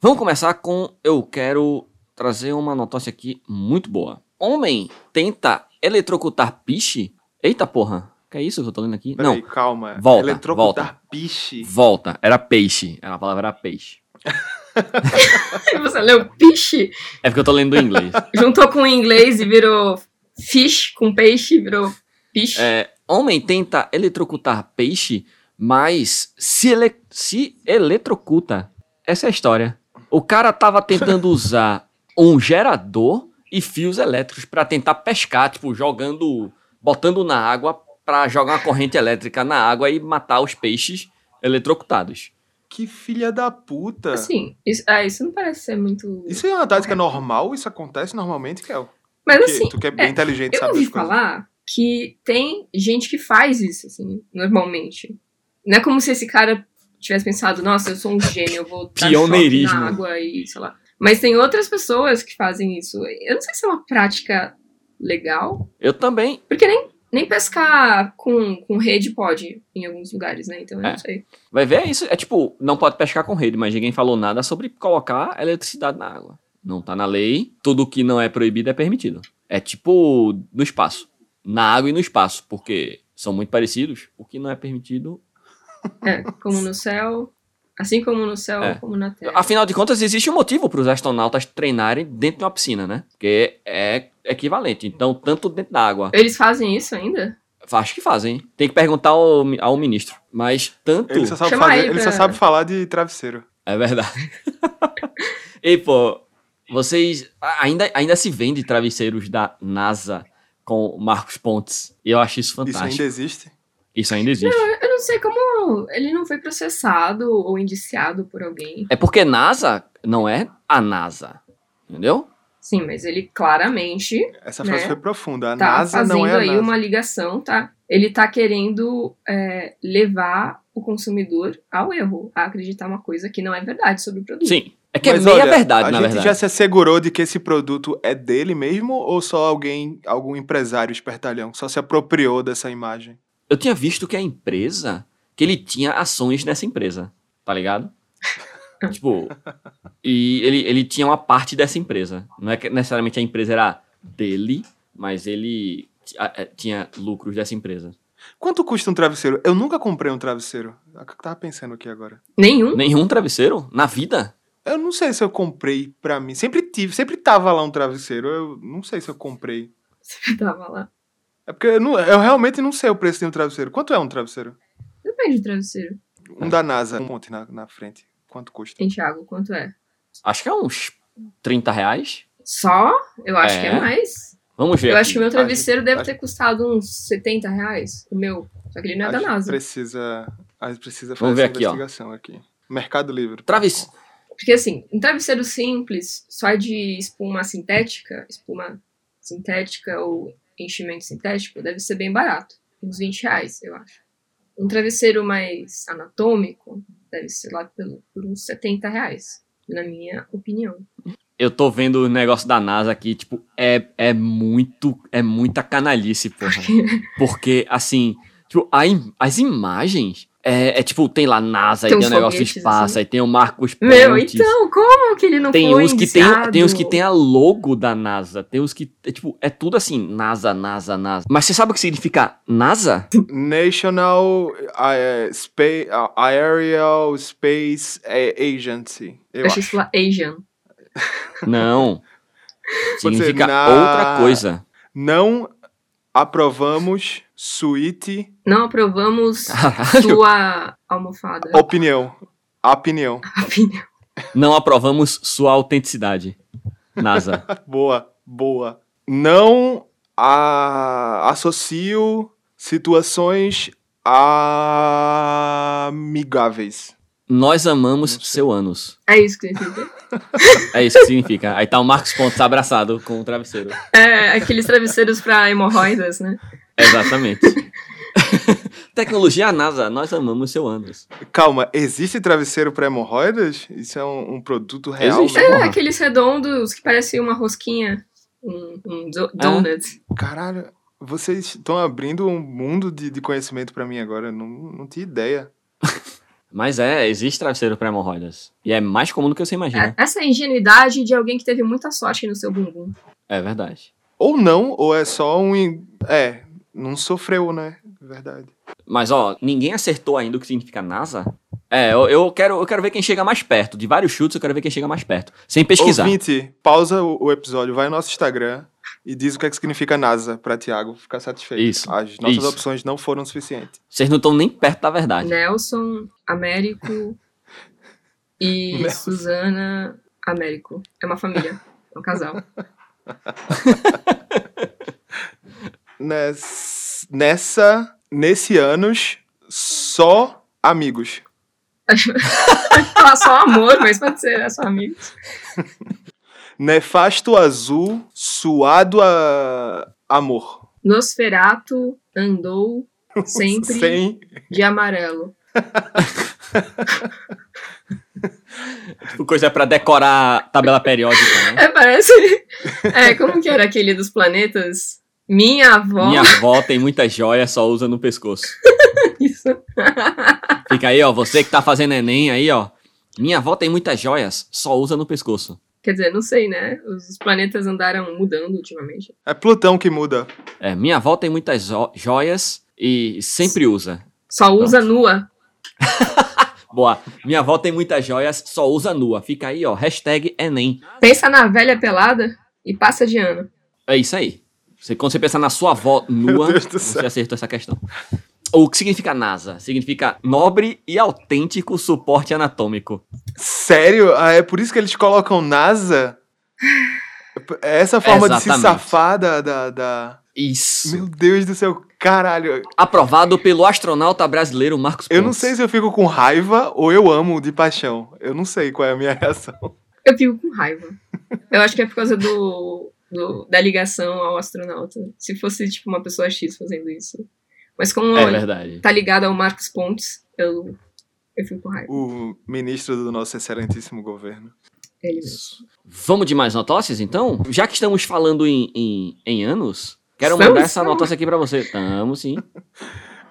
[SPEAKER 3] Vamos começar com. Eu quero trazer uma notócia aqui muito boa. Homem tenta eletrocutar piche? Eita porra, que é isso que eu tô lendo aqui? Não,
[SPEAKER 1] Peraí, calma.
[SPEAKER 3] Volta,
[SPEAKER 1] Eletrocutar piche.
[SPEAKER 3] volta, era peixe. A palavra era peixe.
[SPEAKER 2] Você leu piche?
[SPEAKER 3] É porque eu tô lendo em inglês.
[SPEAKER 2] Juntou com o inglês e virou fish, com peixe, virou piche.
[SPEAKER 3] É, homem tenta eletrocutar peixe, mas se, ele, se eletrocuta. Essa é a história. O cara tava tentando usar um gerador e fios elétricos pra tentar pescar, tipo, jogando, botando na água pra jogar uma corrente elétrica na água e matar os peixes eletrocutados.
[SPEAKER 1] Que filha da puta.
[SPEAKER 2] Assim, isso, ah, isso não parece ser muito.
[SPEAKER 1] Isso é uma tática normal? Isso acontece normalmente, Kel?
[SPEAKER 2] Mas
[SPEAKER 1] Porque
[SPEAKER 2] assim,
[SPEAKER 1] tu que é bem
[SPEAKER 2] é,
[SPEAKER 1] inteligente,
[SPEAKER 2] eu
[SPEAKER 1] sabe
[SPEAKER 2] ouvi
[SPEAKER 1] as coisas.
[SPEAKER 2] falar que tem gente que faz isso, assim, normalmente. Não é como se esse cara tivesse pensado, nossa, eu sou um gênio, eu vou dar choque
[SPEAKER 3] Pioneirismo.
[SPEAKER 2] na água e sei lá. Mas tem outras pessoas que fazem isso. Eu não sei se é uma prática legal,
[SPEAKER 3] Eu também
[SPEAKER 2] porque nem, nem pescar com, com rede pode em alguns lugares, né? Então eu
[SPEAKER 3] É.
[SPEAKER 2] não sei.
[SPEAKER 3] Vai ver, é isso. É tipo, não pode pescar com rede, mas ninguém falou nada sobre colocar eletricidade na água. Não tá na lei. Tudo que não é proibido é permitido. É tipo no espaço. Na água e no espaço, porque são muito parecidos. O que não é permitido.
[SPEAKER 2] É, como no céu, assim como no céu,
[SPEAKER 3] É.
[SPEAKER 2] como na terra.
[SPEAKER 3] Afinal de contas, existe um motivo para os astronautas treinarem dentro de uma piscina, né? Porque é equivalente. Então, tanto dentro da água.
[SPEAKER 2] Eles fazem isso ainda?
[SPEAKER 3] Acho que fazem. hein? Tem que perguntar ao, mi- ao ministro. Mas tanto.
[SPEAKER 1] Ele só sabe,
[SPEAKER 2] Chama
[SPEAKER 1] fazer-
[SPEAKER 2] ele
[SPEAKER 1] ele só
[SPEAKER 2] pra-
[SPEAKER 1] sabe falar de travesseiro.
[SPEAKER 3] É verdade. e, pô, vocês a- ainda, ainda se vende travesseiros da NASA com o Marcos Pontes. E eu acho isso
[SPEAKER 1] Isso
[SPEAKER 3] fantástico.
[SPEAKER 1] ainda existe.
[SPEAKER 3] Isso ainda existe.
[SPEAKER 2] Eu não sei como ele não foi processado ou indiciado por alguém.
[SPEAKER 3] É porque NASA não é a NASA. Entendeu?
[SPEAKER 2] Sim, mas ele claramente
[SPEAKER 1] Essa frase
[SPEAKER 2] Né?
[SPEAKER 1] foi profunda. A
[SPEAKER 2] tá
[SPEAKER 1] NASA
[SPEAKER 2] fazendo
[SPEAKER 1] não é a
[SPEAKER 2] aí
[SPEAKER 1] NASA.
[SPEAKER 2] uma ligação, tá? Ele tá querendo é, levar o consumidor ao erro, a acreditar uma coisa que não é verdade sobre o produto.
[SPEAKER 3] Sim. É que
[SPEAKER 1] Mas
[SPEAKER 3] é meia
[SPEAKER 1] olha,
[SPEAKER 3] verdade, na
[SPEAKER 1] A gente
[SPEAKER 3] verdade.
[SPEAKER 1] já se assegurou de que esse produto é dele mesmo ou só alguém, algum empresário espertalhão que só se apropriou dessa imagem?
[SPEAKER 3] Eu tinha visto que a empresa, que ele tinha ações nessa empresa, tá ligado? tipo, e ele, ele tinha uma parte dessa empresa. Não é que necessariamente a empresa era dele, mas ele ti- a- é, tinha lucros dessa empresa.
[SPEAKER 1] Quanto custa um travesseiro? Eu nunca comprei um travesseiro. É o que Eu tava pensando aqui agora.
[SPEAKER 2] Nenhum.
[SPEAKER 3] Nenhum travesseiro na vida?
[SPEAKER 1] Eu não sei se eu comprei pra mim. Sempre tive, sempre tava lá um travesseiro. Eu não sei se eu comprei.
[SPEAKER 2] Tava lá.
[SPEAKER 1] É porque eu, não- eu realmente não sei o preço de um travesseiro. Quanto é um travesseiro?
[SPEAKER 2] Depende do travesseiro.
[SPEAKER 3] É.
[SPEAKER 1] Um da NASA, um monte na, na frente. Quanto custa?
[SPEAKER 2] Hein, Thiago, quanto é?
[SPEAKER 3] Acho que é uns 30 reais.
[SPEAKER 2] Só? Eu acho
[SPEAKER 3] É.
[SPEAKER 2] que é mais.
[SPEAKER 3] Vamos ver.
[SPEAKER 2] Eu acho
[SPEAKER 3] aqui. tá?
[SPEAKER 2] que o meu travesseiro
[SPEAKER 1] Acho-
[SPEAKER 2] deve
[SPEAKER 1] acho-
[SPEAKER 2] ter custado uns 70 reais. O meu. Só que ele não é
[SPEAKER 1] A
[SPEAKER 2] da
[SPEAKER 1] gente
[SPEAKER 2] NASA.
[SPEAKER 1] Precisa, a gente precisa fazer
[SPEAKER 3] Vamos ver
[SPEAKER 1] essa
[SPEAKER 3] aqui, ó.
[SPEAKER 1] investigação aqui. Mercado Livre.
[SPEAKER 3] Traves-
[SPEAKER 2] Porque assim, um travesseiro simples, só de espuma sintética, espuma sintética ou enchimento sintético, deve ser bem barato. Uns 20 reais, eu acho. Um travesseiro mais anatômico deve ser lá pelo, por uns 70 reais, na minha opinião.
[SPEAKER 3] Eu tô vendo o negócio da NASA aqui, tipo, é, é muito, é muita canalice, porra. Porque, assim, tipo, a im- as imagens, é, é tipo, tem lá NASA,
[SPEAKER 2] Tem
[SPEAKER 3] aí
[SPEAKER 2] uns
[SPEAKER 3] tem o negócio do
[SPEAKER 2] foguetes,
[SPEAKER 3] espaço,
[SPEAKER 2] assim.
[SPEAKER 3] aí tem o Marcos Pontes.
[SPEAKER 2] Meu, então, como que ele não
[SPEAKER 3] Tem
[SPEAKER 2] foi
[SPEAKER 3] uns, que tem, um-
[SPEAKER 2] indiciado?
[SPEAKER 3] tem uns que tem a logo da NASA, tem uns que, é, tipo, é tudo assim, NASA, NASA, NASA. Mas você sabe o que significa NASA?
[SPEAKER 1] National eh, Spa- ah, Aerial Space eh, Agency. Eu
[SPEAKER 2] Eu
[SPEAKER 1] acho.
[SPEAKER 2] achei isso lá, Asian.
[SPEAKER 3] Não.
[SPEAKER 1] Pode ser
[SPEAKER 3] significa
[SPEAKER 1] na-
[SPEAKER 3] outra coisa.
[SPEAKER 1] Não aprovamos suíte
[SPEAKER 2] Não aprovamos
[SPEAKER 3] Caralho.
[SPEAKER 2] sua almofada.
[SPEAKER 1] opinião. Opinião.
[SPEAKER 3] Não aprovamos sua autenticidade. NASA.
[SPEAKER 1] Boa, boa. Não a- associo situações amigáveis.
[SPEAKER 3] Nós amamos
[SPEAKER 1] Não sei.
[SPEAKER 3] seu ânus.
[SPEAKER 2] É isso que eu entendi.
[SPEAKER 3] É isso que significa. Aí tá o Marcos Pontes abraçado com o travesseiro.
[SPEAKER 2] É, aqueles travesseiros pra hemorroidas, né?
[SPEAKER 3] Exatamente. Tecnologia NASA, nós amamos seu ânus.
[SPEAKER 1] Calma, existe travesseiro para hemorroidas? Isso é um, um produto real?
[SPEAKER 3] Existe.
[SPEAKER 1] mesmo?
[SPEAKER 2] É,
[SPEAKER 3] Porra.
[SPEAKER 2] aqueles redondos que parecem uma rosquinha. Um, um do- donut.
[SPEAKER 1] Caralho, vocês estão abrindo um mundo de, de conhecimento pra mim agora. eu Não, não tinha ideia.
[SPEAKER 3] Mas é, existe travesseiro para hemorroidas. E é mais comum do que você imagina.
[SPEAKER 2] É, Essa é a ingenuidade de alguém que teve muita sorte no seu bumbum.
[SPEAKER 3] É, verdade.
[SPEAKER 1] Ou não, ou é só um. en- É, não sofreu, né? Verdade.
[SPEAKER 3] Mas ó, ninguém acertou ainda o que significa NASA. É, eu, eu quero, eu quero ver quem chega mais perto. De vários chutes, eu quero ver quem chega mais perto. Sem pesquisar.
[SPEAKER 1] Ouvinte, pausa o, o episódio, vai no nosso Instagram e diz o que, é que significa NASA pra Tiago ficar satisfeito.
[SPEAKER 3] Isso,
[SPEAKER 1] As nossas
[SPEAKER 3] isso.
[SPEAKER 1] opções não foram suficientes.
[SPEAKER 3] Vocês não estão nem perto da verdade.
[SPEAKER 2] Nelson, Américo e
[SPEAKER 1] Nelson.
[SPEAKER 2] Suzana Américo. É uma família. É um casal.
[SPEAKER 1] Nes- Nessa, nesse anos, só amigos.
[SPEAKER 2] Pode falar só amor, mas pode ser, é só amigo.
[SPEAKER 1] Nefasto azul, suado a amor.
[SPEAKER 2] Nosferato andou sempre
[SPEAKER 1] Sem
[SPEAKER 2] de amarelo.
[SPEAKER 3] Tipo, coisa pra decorar tabela periódica, né?
[SPEAKER 2] É, parece. É, como que era aquele dos planetas? Minha avó.
[SPEAKER 3] Minha avó tem muita joia, só usa no pescoço.
[SPEAKER 2] Isso.
[SPEAKER 3] Fica aí, ó, você que tá fazendo Enem aí, ó. Minha avó tem muitas joias, só usa no pescoço.
[SPEAKER 2] Quer dizer, não sei, né? Os planetas andaram mudando ultimamente.
[SPEAKER 1] É Plutão que muda.
[SPEAKER 3] É, minha avó tem muitas jo- joias e sempre usa.
[SPEAKER 2] Só usa nua.
[SPEAKER 3] Boa. Minha avó tem muitas joias, só usa nua. Fica aí, ó. Hashtag Enem.
[SPEAKER 2] Pensa na velha pelada e passa de ano.
[SPEAKER 3] É isso aí. Você, quando você pensar na sua avó nua,
[SPEAKER 1] Deus do
[SPEAKER 3] você
[SPEAKER 1] céu.
[SPEAKER 3] acertou essa questão. O que significa NASA? Significa nobre e autêntico suporte anatômico.
[SPEAKER 1] Sério? Ah, é por isso que eles colocam NASA? É essa forma de se
[SPEAKER 3] Exatamente.
[SPEAKER 1] safar da, da, da-
[SPEAKER 3] Isso.
[SPEAKER 1] Meu Deus do céu, caralho.
[SPEAKER 3] Aprovado pelo astronauta brasileiro Marcos
[SPEAKER 1] Eu
[SPEAKER 3] Pontes.
[SPEAKER 1] não sei se eu fico com raiva ou eu amo de paixão. Eu não sei qual é a minha reação.
[SPEAKER 2] Eu fico com raiva. Eu acho que é por causa do, do- da ligação ao astronauta. Se fosse, tipo, uma pessoa X fazendo isso. Mas como
[SPEAKER 3] É
[SPEAKER 2] ele
[SPEAKER 3] verdade.
[SPEAKER 2] tá ligado ao Marcos Pontes, eu, eu fico com raiva.
[SPEAKER 1] O ministro do nosso excelentíssimo governo.
[SPEAKER 2] É Ele mesmo.
[SPEAKER 3] Isso. Vamos de mais notócias, então? Já que estamos falando em, em, em anos, quero
[SPEAKER 2] Estamos,
[SPEAKER 3] mandar essa
[SPEAKER 2] estamos.
[SPEAKER 3] notócia aqui pra você. Estamos, sim.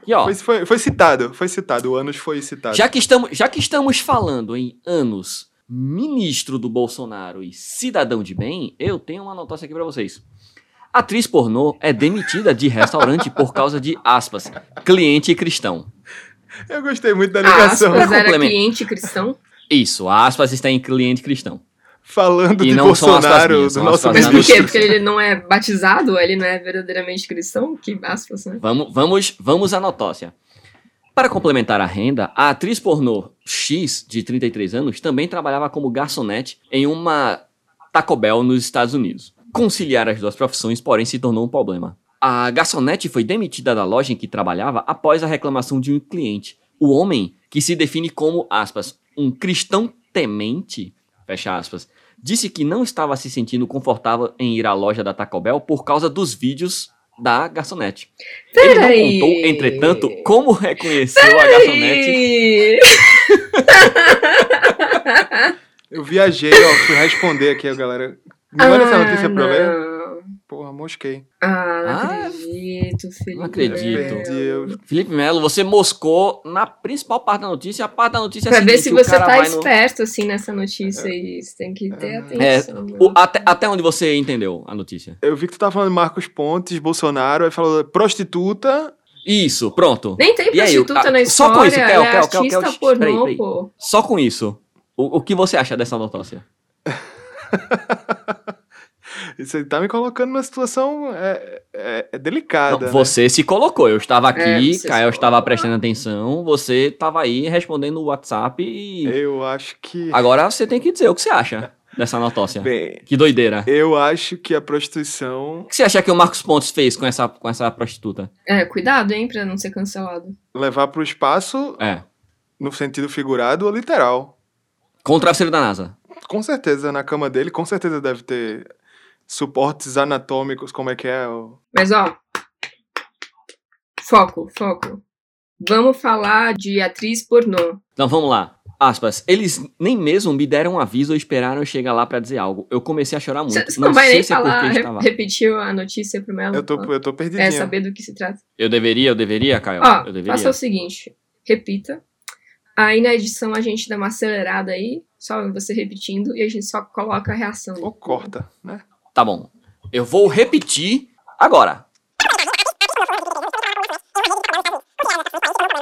[SPEAKER 3] E ó,
[SPEAKER 1] Foi, foi- foi citado, foi citado. O Anos foi citado.
[SPEAKER 3] já que, estamos, já que estamos falando em anos, ministro do Bolsonaro e cidadão de bem, eu tenho uma notócia aqui pra vocês. Atriz pornô é demitida de restaurante por causa de, aspas, cliente cristão.
[SPEAKER 1] Eu gostei muito da
[SPEAKER 2] Ah,
[SPEAKER 1] ligação.
[SPEAKER 2] aspas era
[SPEAKER 3] é Complemento.
[SPEAKER 2] cliente cristão.
[SPEAKER 3] Isso, aspas está em cliente cristão.
[SPEAKER 1] Falando
[SPEAKER 3] E
[SPEAKER 1] de
[SPEAKER 3] não são aspas
[SPEAKER 1] Bolsonaro,
[SPEAKER 3] minhas,
[SPEAKER 1] do
[SPEAKER 3] são
[SPEAKER 1] nosso
[SPEAKER 3] aspas
[SPEAKER 2] Mas
[SPEAKER 3] Não,
[SPEAKER 2] por
[SPEAKER 1] ministro.
[SPEAKER 2] quê? Porque ele não é batizado? Ele não é verdadeiramente cristão? Que aspas, né?
[SPEAKER 3] Vamos, vamos, vamos à notócia. Para complementar a renda, a atriz pornô X, de 33 anos, também trabalhava como garçonete em uma Taco Bell nos Estados Unidos. Conciliar as duas profissões, porém, se tornou um problema. A garçonete foi demitida da loja em que trabalhava após a reclamação de um cliente. O homem, que se define como, aspas, um cristão temente, fecha aspas, disse que não estava se sentindo confortável em ir à loja da Taco Bell por causa dos vídeos da garçonete. Ele não
[SPEAKER 2] Peraí.
[SPEAKER 3] contou, entretanto, como reconheceu a garçonete.
[SPEAKER 2] Ih,
[SPEAKER 1] Eu viajei, ó, fui responder aqui, ó, galera. Não era essa
[SPEAKER 2] ah,
[SPEAKER 1] notícia pra eu ler?
[SPEAKER 2] não.
[SPEAKER 1] Porra, mosquei.
[SPEAKER 2] Ah, não
[SPEAKER 3] Ah,
[SPEAKER 2] acredito, Felipe.
[SPEAKER 3] não acredito.
[SPEAKER 1] Perdi,
[SPEAKER 2] Melo.
[SPEAKER 1] eu
[SPEAKER 3] Felipe Melo, você moscou na principal parte da notícia. A parte da notícia é a
[SPEAKER 2] Pra ver
[SPEAKER 3] seguinte,
[SPEAKER 2] se
[SPEAKER 3] o
[SPEAKER 2] você
[SPEAKER 3] cara
[SPEAKER 2] tá
[SPEAKER 3] vai no-
[SPEAKER 2] esperto, assim, nessa notícia aí. Você tem que ter
[SPEAKER 1] É.
[SPEAKER 2] atenção. né?
[SPEAKER 3] O- até, até onde você entendeu a notícia.
[SPEAKER 1] Eu vi que tu tava falando de Marcos Pontes, Bolsonaro, aí falou prostituta.
[SPEAKER 3] Isso, pronto.
[SPEAKER 2] Nem tem
[SPEAKER 3] E aí, o-
[SPEAKER 2] prostituta
[SPEAKER 3] ah,
[SPEAKER 2] na
[SPEAKER 3] só
[SPEAKER 2] história.
[SPEAKER 3] com isso, Kel,
[SPEAKER 2] ela é
[SPEAKER 3] Kel, Kel, Kel,
[SPEAKER 2] artista
[SPEAKER 3] peraí,
[SPEAKER 2] pornô,
[SPEAKER 3] peraí.
[SPEAKER 2] pô.
[SPEAKER 3] Só com isso. O, o que você acha dessa notócia?
[SPEAKER 1] Isso aí tá me colocando numa situação é, é- é
[SPEAKER 3] Não,
[SPEAKER 1] delicada. né?
[SPEAKER 3] você se colocou. Eu estava aqui,
[SPEAKER 2] É, você se
[SPEAKER 3] Caio estava
[SPEAKER 2] colocou.
[SPEAKER 3] prestando atenção, você estava aí respondendo o WhatsApp e.
[SPEAKER 1] Eu acho que.
[SPEAKER 3] Agora você tem que dizer o que você acha dessa notócia.
[SPEAKER 1] Bem,
[SPEAKER 3] Que doideira.
[SPEAKER 1] eu acho que a prostituição
[SPEAKER 3] O que você acha que o Marcos Pontes fez com essa, com essa prostituta?
[SPEAKER 2] É, cuidado, hein, pra não ser cancelado.
[SPEAKER 1] levar pro espaço
[SPEAKER 3] É.
[SPEAKER 1] no sentido figurado ou literal.
[SPEAKER 3] Com o travesseiro da NASA.
[SPEAKER 1] Com certeza, na cama dele, com certeza deve ter suportes anatômicos, como é que é? o-
[SPEAKER 2] Mas ó, foco, foco. Vamos falar de atriz pornô.
[SPEAKER 3] Então vamos lá. Aspas. Eles nem mesmo me deram um aviso ou esperaram eu chegar lá pra dizer algo. Eu comecei a chorar muito.
[SPEAKER 2] Você você
[SPEAKER 3] não,
[SPEAKER 2] não, vai
[SPEAKER 3] sei
[SPEAKER 2] nem
[SPEAKER 3] se é porque
[SPEAKER 2] falar, re-
[SPEAKER 3] estava.
[SPEAKER 2] repetiu a notícia pro Melo?
[SPEAKER 1] Eu tô, eu tô perdidinho.
[SPEAKER 2] É, saber do que se trata.
[SPEAKER 3] Eu deveria, eu deveria, Caio.
[SPEAKER 2] Ó,
[SPEAKER 3] eu
[SPEAKER 2] faça
[SPEAKER 3] deveria.
[SPEAKER 2] o seguinte, repita. Aí na edição a gente dá uma acelerada aí, só você repetindo, e a gente só coloca a reação.
[SPEAKER 1] Ou corta, né?
[SPEAKER 3] Tá bom. Eu vou repetir agora.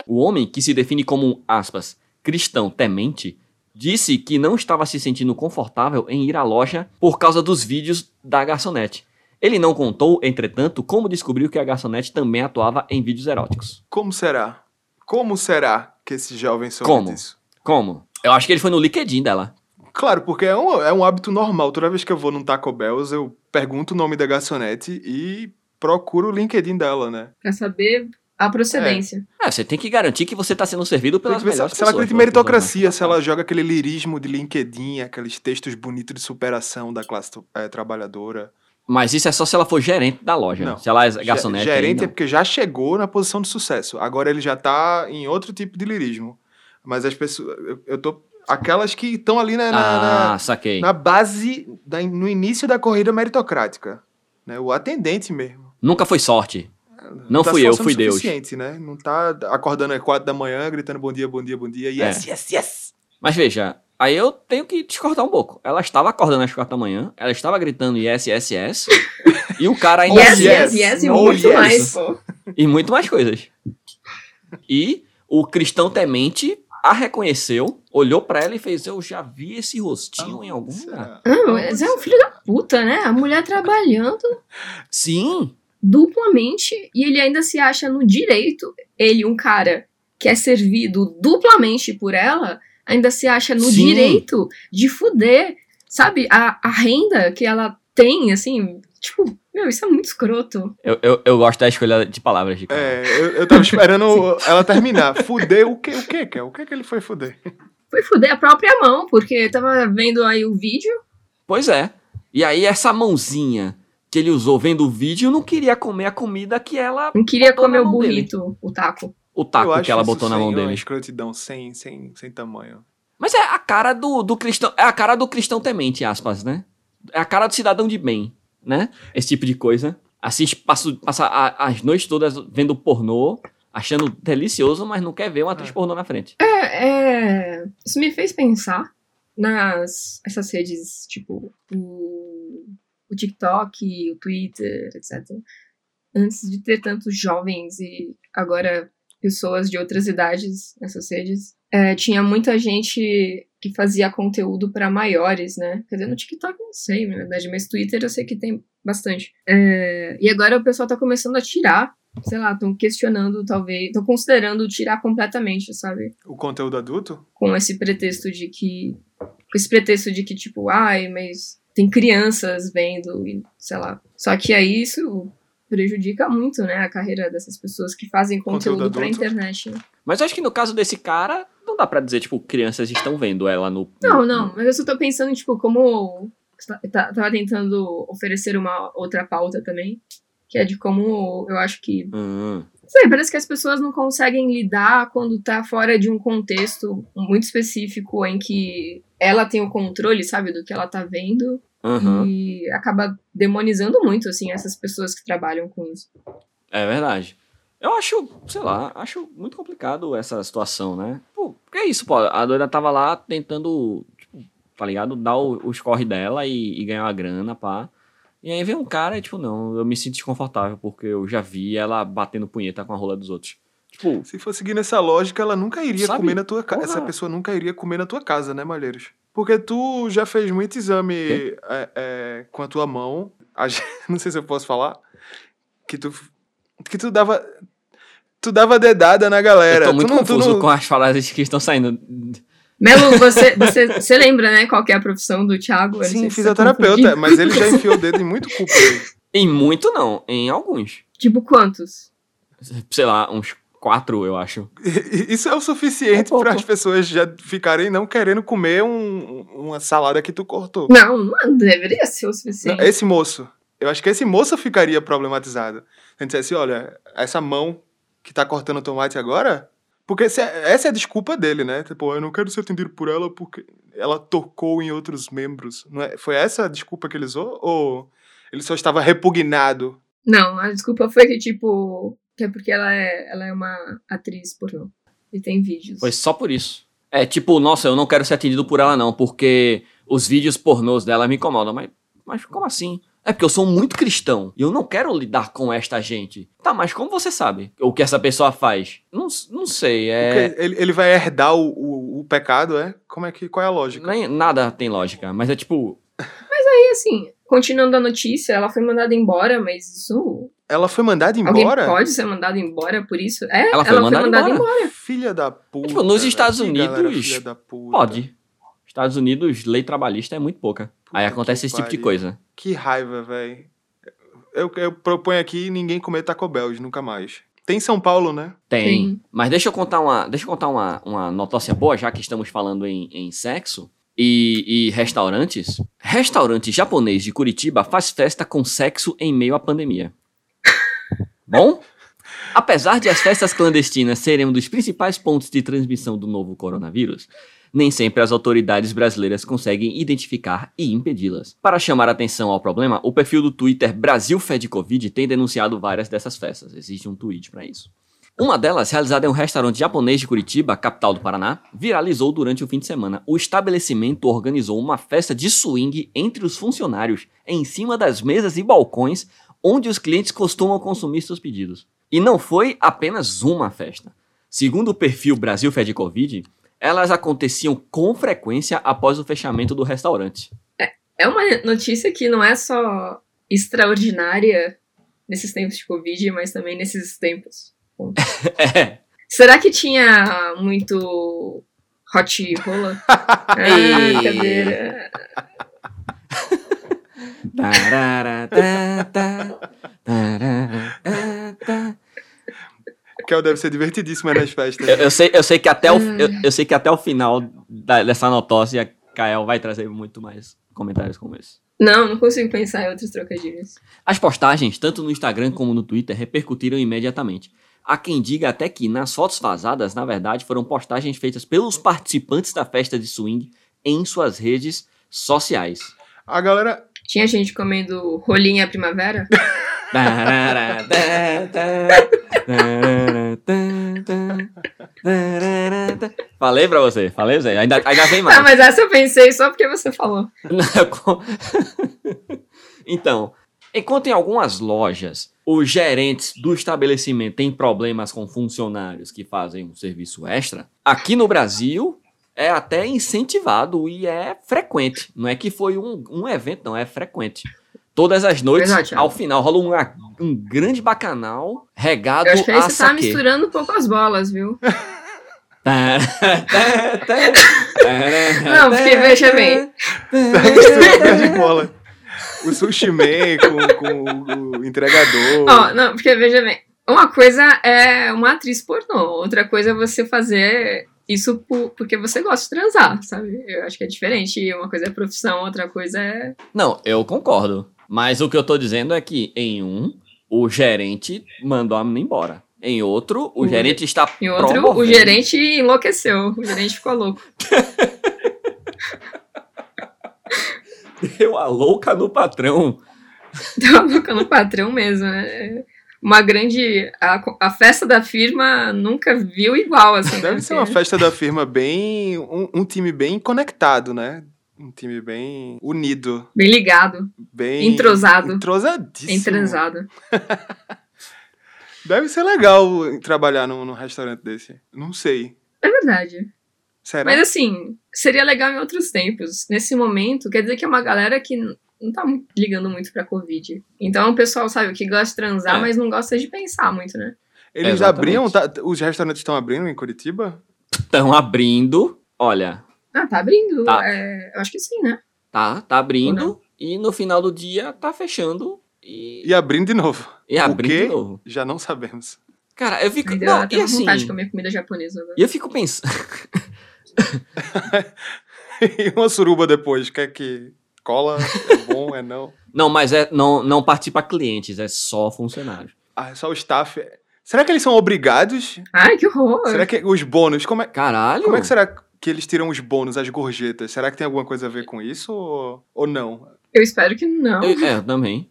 [SPEAKER 3] O homem que se define como, aspas, cristão temente, disse que não estava se sentindo confortável em ir à loja por causa dos vídeos da garçonete. Ele não contou, entretanto, como descobriu que a garçonete também atuava em vídeos eróticos.
[SPEAKER 1] Como será? Como será que esse jovem soube
[SPEAKER 3] Como?
[SPEAKER 1] disso?
[SPEAKER 3] Como? Eu acho que ele foi no LinkedIn dela.
[SPEAKER 1] Claro, porque é um, é um hábito normal. Toda vez que eu vou num Taco Bells, eu pergunto o nome da garçonete e procuro o LinkedIn dela, né?
[SPEAKER 2] Pra saber a procedência.
[SPEAKER 3] É, você tem que garantir que você está sendo servido
[SPEAKER 1] Tem
[SPEAKER 3] pelas
[SPEAKER 1] que ver se,
[SPEAKER 3] melhores
[SPEAKER 1] se ela
[SPEAKER 3] pessoas,
[SPEAKER 1] acredita em
[SPEAKER 3] né?
[SPEAKER 1] meritocracia, se ela joga aquele lirismo de LinkedIn, aqueles textos bonitos de superação da classe eh, trabalhadora.
[SPEAKER 3] Mas isso é só se ela for gerente da loja.
[SPEAKER 1] Não.
[SPEAKER 3] Se ela é
[SPEAKER 1] Ge-
[SPEAKER 3] garçonete. aí,
[SPEAKER 1] Gerente
[SPEAKER 3] não.
[SPEAKER 1] é porque já chegou na posição de sucesso. Agora ele já tá em outro tipo de lirismo. Mas as pessoas. Eu, eu tô. Aquelas que estão ali na- é na- na,
[SPEAKER 3] Ah, saquei.
[SPEAKER 1] na base, da- no início da corrida meritocrática. Né? O atendente mesmo.
[SPEAKER 3] Nunca foi sorte. Não
[SPEAKER 1] tá
[SPEAKER 3] fui
[SPEAKER 1] se
[SPEAKER 3] eu,
[SPEAKER 1] esforçando
[SPEAKER 3] fui
[SPEAKER 1] o
[SPEAKER 3] Deus.
[SPEAKER 1] suficiente, né? Não tá acordando às quatro da manhã, gritando bom dia, bom dia, bom dia. Yes,
[SPEAKER 3] É.
[SPEAKER 1] yes, yes.
[SPEAKER 3] Mas veja, aí eu tenho que discordar um pouco. Ela estava acordando às quatro da manhã, ela estava gritando yes, yes, yes. e o cara ainda.
[SPEAKER 2] Yes,
[SPEAKER 1] É. Oh, yes,
[SPEAKER 2] yes, yes, e
[SPEAKER 1] no
[SPEAKER 2] muito
[SPEAKER 1] yes.
[SPEAKER 2] mais. pô.
[SPEAKER 3] E muito mais coisas. E o cristão temente a reconheceu, olhou pra ela e fez: Eu já vi esse rostinho um em algum
[SPEAKER 1] Será?
[SPEAKER 3] lugar.
[SPEAKER 2] Não, mas é um filho da puta, né? A mulher trabalhando
[SPEAKER 3] Sim,
[SPEAKER 2] duplamente e ele ainda se acha no direito, ele, um cara que é servido duplamente por ela, ainda se acha no
[SPEAKER 3] Sim.
[SPEAKER 2] direito de fuder, sabe, a, a renda que ela tem, assim, tipo, meu, isso é muito escroto.
[SPEAKER 3] eu, eu, eu gosto da escolha de palavras de cara.
[SPEAKER 1] É, eu, eu tava esperando ela terminar. Fuder o que, o que, que é? O que que ele foi fuder?
[SPEAKER 2] Foi fuder a própria mão, porque eu tava vendo aí o vídeo,
[SPEAKER 3] Pois é. E aí essa mãozinha que ele usou vendo o vídeo não queria comer a comida que ela.
[SPEAKER 2] não queria
[SPEAKER 3] Botou na
[SPEAKER 2] comer o
[SPEAKER 3] mão dele.
[SPEAKER 2] burrito, o taco.
[SPEAKER 3] O
[SPEAKER 1] eu
[SPEAKER 3] taco
[SPEAKER 1] acho
[SPEAKER 3] que ela
[SPEAKER 1] isso
[SPEAKER 3] botou na
[SPEAKER 1] sem-
[SPEAKER 3] mão
[SPEAKER 1] Uma
[SPEAKER 3] dele.
[SPEAKER 1] escrotidão sem, sem, sem tamanho.
[SPEAKER 3] Mas é a cara do, do cristão. É a cara do cristão temente, aspas, né? É a cara do cidadão de bem, né? Esse tipo de coisa. Assiste, passo- passa a- as noites todas vendo pornô, achando delicioso, mas não quer ver uma atriz
[SPEAKER 1] É.
[SPEAKER 3] pornô na frente.
[SPEAKER 2] É, é, isso me fez pensar nas essas redes, tipo, o, o TikTok, o Twitter, etc. Antes de ter tantos jovens e agora pessoas de outras idades nessas redes, é, tinha muita gente que fazia conteúdo para maiores, né? Quer dizer, no TikTok eu não sei, na verdade, mas Twitter eu sei que tem bastante. É, e agora o pessoal tá começando a tirar, sei lá, estão questionando, talvez, estão considerando tirar completamente, sabe?
[SPEAKER 1] O conteúdo adulto?
[SPEAKER 2] com esse pretexto de que com esse pretexto de que tipo ai mas tem crianças vendo e sei lá só que aí isso prejudica muito né a carreira dessas pessoas que fazem
[SPEAKER 1] Conteúdo
[SPEAKER 2] conteúdo pra
[SPEAKER 1] adulto.
[SPEAKER 2] internet né?
[SPEAKER 3] Mas acho que no caso desse cara, não dá pra dizer, tipo, crianças estão vendo ela no.
[SPEAKER 2] não
[SPEAKER 1] Hum.
[SPEAKER 3] no-
[SPEAKER 2] não mas eu só tô pensando tipo como tá- tava tentando oferecer uma outra pauta também que é de como eu acho que
[SPEAKER 3] Hum.
[SPEAKER 2] Não sei, parece que as pessoas não conseguem lidar quando tá fora de um contexto muito específico em que ela tem o controle, sabe, do que ela tá vendo
[SPEAKER 1] Uhum.
[SPEAKER 3] Aham.
[SPEAKER 2] e acaba demonizando muito, assim, essas pessoas que trabalham com isso.
[SPEAKER 3] É verdade. Eu acho, sei lá, acho muito complicado essa situação, né? Pô, porque é isso, pô. A doida tava lá tentando, tipo, tá ligado? Dar o- os corre dela e, e ganhar uma grana, pá. E aí vem um cara e, tipo, não, eu me sinto desconfortável porque eu já vi ela batendo punheta com a rola dos outros. Tipo,
[SPEAKER 1] Se for seguir nessa lógica, ela nunca iria
[SPEAKER 3] Sabe?
[SPEAKER 1] comer na tua casa.
[SPEAKER 3] Porra.
[SPEAKER 1] Essa pessoa nunca iria comer na tua casa, né, Malheiros? Porque tu já fez muito exame é, é, com a tua mão. A gen- Não sei se eu posso falar. Que tu. Que tu dava. Tu dava dedada na galera.
[SPEAKER 3] eu tô muito
[SPEAKER 1] tu não, tu
[SPEAKER 3] confuso
[SPEAKER 1] não-
[SPEAKER 3] com as frases que estão saindo.
[SPEAKER 2] Melo, você, você, você lembra, né, qual que é a profissão do Thiago? Eu não sei
[SPEAKER 1] Sim,
[SPEAKER 2] se você tá
[SPEAKER 1] fisioterapeuta,
[SPEAKER 2] confundido.
[SPEAKER 1] mas ele já enfiou o dedo em muito cupo. aí.
[SPEAKER 3] Em muito, não. Em alguns.
[SPEAKER 2] Tipo, quantos?
[SPEAKER 3] Sei lá, uns quatro, eu acho.
[SPEAKER 1] Isso é o
[SPEAKER 3] É
[SPEAKER 1] suficiente
[SPEAKER 3] pouco.
[SPEAKER 1] para as pessoas já ficarem não querendo comer um- uma salada que tu cortou.
[SPEAKER 2] Não, não deveria ser o suficiente.
[SPEAKER 1] Não,
[SPEAKER 3] é-
[SPEAKER 1] Esse moço. Eu acho que esse moço ficaria problematizado. Se ele dissesse, olha, essa mão que tá cortando tomate agora. Porque se- essa é a desculpa dele, né? Tipo, eu não quero ser atendido por ela porque ela tocou em outros membros. Não é? Foi essa a desculpa que ele usou? Ou ele só estava repugnado?
[SPEAKER 2] Não, a desculpa foi que, tipo, que é porque ela é, ela é uma atriz pornô. E tem vídeos.
[SPEAKER 3] Foi só por isso. É tipo, nossa, eu não quero ser atendido por ela, não, porque os vídeos pornôs dela me incomodam. Mas, mas como assim? É porque eu sou muito cristão e eu não quero lidar com esta gente. Tá, mas como você sabe o que essa pessoa faz? Não, s- não sei, é.
[SPEAKER 1] Porque Ele, ele vai herdar o, o- o pecado, é? Como é que. Qual é a lógica?
[SPEAKER 3] Nem, nada tem lógica, mas é tipo.
[SPEAKER 2] E assim, continuando a notícia, ela foi mandada embora, mas isso.
[SPEAKER 1] Ela foi mandada
[SPEAKER 2] Alguém
[SPEAKER 1] embora?
[SPEAKER 2] pode ser mandada embora por isso? É,
[SPEAKER 3] Ela foi mandada embora.
[SPEAKER 1] Filha da puta.
[SPEAKER 3] Tipo, nos
[SPEAKER 1] velho.
[SPEAKER 3] Estados
[SPEAKER 1] Que galera
[SPEAKER 3] Unidos,
[SPEAKER 1] filha da puta.
[SPEAKER 3] Pode. Estados Unidos, lei trabalhista é muito pouca. Aí
[SPEAKER 1] Puta
[SPEAKER 3] acontece
[SPEAKER 1] que
[SPEAKER 3] esse tipo de
[SPEAKER 1] pariu.
[SPEAKER 3] coisa.
[SPEAKER 1] Que raiva, velho. Eu, eu proponho aqui ninguém comer Taco Bells, nunca mais. Tem em São Paulo, né?
[SPEAKER 3] Tem.
[SPEAKER 2] Tem.
[SPEAKER 3] Mas deixa eu contar uma, deixa eu contar uma, uma notócia boa, já que estamos falando em, em sexo e, e restaurantes. Restaurante japonês de Curitiba faz festa com sexo em meio à pandemia. Bom? Apesar de as festas clandestinas serem um dos principais pontos de transmissão do novo coronavírus, nem sempre as autoridades brasileiras conseguem identificar e impedi-las. Para chamar atenção ao problema, o perfil do Twitter Brasil Fed Covid tem denunciado várias dessas festas. Existe um tweet para isso. Uma delas, realizada em um restaurante japonês de Curitiba, capital do Paraná, viralizou durante o fim de semana. O estabelecimento organizou uma festa de swing entre os funcionários, em cima das mesas e balcões onde os clientes costumam consumir seus pedidos. E não foi apenas uma festa. Segundo o perfil Brasil Fed Covid, elas aconteciam com frequência após o fechamento do restaurante.
[SPEAKER 2] É uma notícia que não é só extraordinária nesses tempos de Covid, mas também nesses tempos.
[SPEAKER 3] É.
[SPEAKER 2] Será que tinha muito hot rola? ah,
[SPEAKER 3] Ei.
[SPEAKER 2] cadeira.
[SPEAKER 3] tá, Tararatata, tararatata.
[SPEAKER 1] Kel é deve ser divertidíssima nas festas.
[SPEAKER 3] Eu, eu sei, eu, sei que até o,
[SPEAKER 2] Ai.
[SPEAKER 3] eu, eu sei que até o final da- dessa notócia, Kael vai trazer muito mais comentários como esse.
[SPEAKER 2] Não, não consigo pensar em outros trocadilhos.
[SPEAKER 3] As postagens, tanto no Instagram como no Twitter, repercutiram imediatamente. Há quem diga até que nas fotos vazadas, na verdade, foram postagens feitas pelos participantes da festa de swing em suas redes sociais.
[SPEAKER 1] A galera.
[SPEAKER 2] Tinha gente comendo rolinha primavera?
[SPEAKER 3] Falei pra você, falei pra você. Ainda, ainda vem mais.
[SPEAKER 2] Ah, mas essa eu pensei só porque você falou.
[SPEAKER 3] Na co- então, enquanto em algumas lojas os gerentes do estabelecimento têm problemas com funcionários que fazem um serviço extra, aqui no Brasil é até incentivado e é frequente. Não é que foi um, um evento, não, é frequente. Todas as noites,
[SPEAKER 2] Verdade, Thiago.
[SPEAKER 3] ao final, rola uma- um grande bacanal regado
[SPEAKER 2] Eu acho que aí
[SPEAKER 3] a
[SPEAKER 2] você tá
[SPEAKER 3] saque.
[SPEAKER 2] misturando um pouco as bolas, viu?
[SPEAKER 3] Não,
[SPEAKER 2] porque veja bem.
[SPEAKER 1] tipo de bola. O sushi man com, com o entregador.
[SPEAKER 2] Ó, não, porque veja bem. Uma coisa é uma atriz pornô, outra coisa é você fazer isso por- porque você gosta de transar, sabe? Eu acho que é diferente. Uma coisa é profissão, outra coisa é.
[SPEAKER 3] Não, eu concordo. Mas o que eu tô dizendo é que em um, o gerente mandou a menina embora. Em outro, o,
[SPEAKER 2] O
[SPEAKER 3] gerente está
[SPEAKER 2] Em outro,
[SPEAKER 3] promovendo.
[SPEAKER 2] o gerente enlouqueceu, o gerente ficou louco.
[SPEAKER 3] deu a louca no patrão.
[SPEAKER 2] Tava Tá louco no patrão mesmo, né? Uma grande. A, a festa da firma nunca viu igual, assim.
[SPEAKER 1] Deve
[SPEAKER 2] né?
[SPEAKER 1] ser uma festa da firma bem. Um, um time bem conectado, né? Um time bem unido.
[SPEAKER 2] Bem ligado,
[SPEAKER 1] Bem.
[SPEAKER 2] entrosado,
[SPEAKER 1] Entrosadíssimo.
[SPEAKER 2] entrosado.
[SPEAKER 1] Deve ser legal trabalhar num, num restaurante desse. Não sei.
[SPEAKER 2] É verdade.
[SPEAKER 1] Será?
[SPEAKER 2] Mas assim, seria legal em outros tempos. Nesse momento, quer dizer que é uma galera que n- não tá mu- ligando muito pra Covid. Então é um pessoal, sabe, que gosta de transar,
[SPEAKER 3] É.
[SPEAKER 2] mas não gosta de pensar muito, né?
[SPEAKER 1] Eles
[SPEAKER 3] Exatamente.
[SPEAKER 1] abriam, tá- os restaurantes estão abrindo em Curitiba?
[SPEAKER 3] Estão abrindo. Olha,
[SPEAKER 2] Ah, tá abrindo.
[SPEAKER 3] Tá.
[SPEAKER 2] é, eu acho que sim, né?
[SPEAKER 3] tá, tá
[SPEAKER 2] Ou
[SPEAKER 3] abrindo. E no final do dia tá fechando e,
[SPEAKER 1] E abrindo de novo.
[SPEAKER 3] e abrindo
[SPEAKER 1] quê?
[SPEAKER 3] de novo.
[SPEAKER 1] Já não sabemos.
[SPEAKER 3] Cara, eu fico.
[SPEAKER 2] Me deu
[SPEAKER 3] Não,
[SPEAKER 2] até
[SPEAKER 3] e
[SPEAKER 2] uma
[SPEAKER 3] assim.
[SPEAKER 2] vontade de comer comida japonesa agora.
[SPEAKER 3] E eu fico pensando.
[SPEAKER 1] e uma suruba depois, quer que cola, é bom, é não.
[SPEAKER 3] Não, mas é, não, não partir pra clientes, é só funcionário.
[SPEAKER 1] Ah, é só o staff. Será que eles são obrigados?
[SPEAKER 2] Ai, que horror!
[SPEAKER 1] Será que os bônus, como é,
[SPEAKER 3] Caralho!
[SPEAKER 1] como é que será que eles tiram os bônus, as gorjetas? Será que tem alguma coisa a ver com isso ou, ou não?
[SPEAKER 2] Eu espero que não.
[SPEAKER 3] Eu- é, eu também.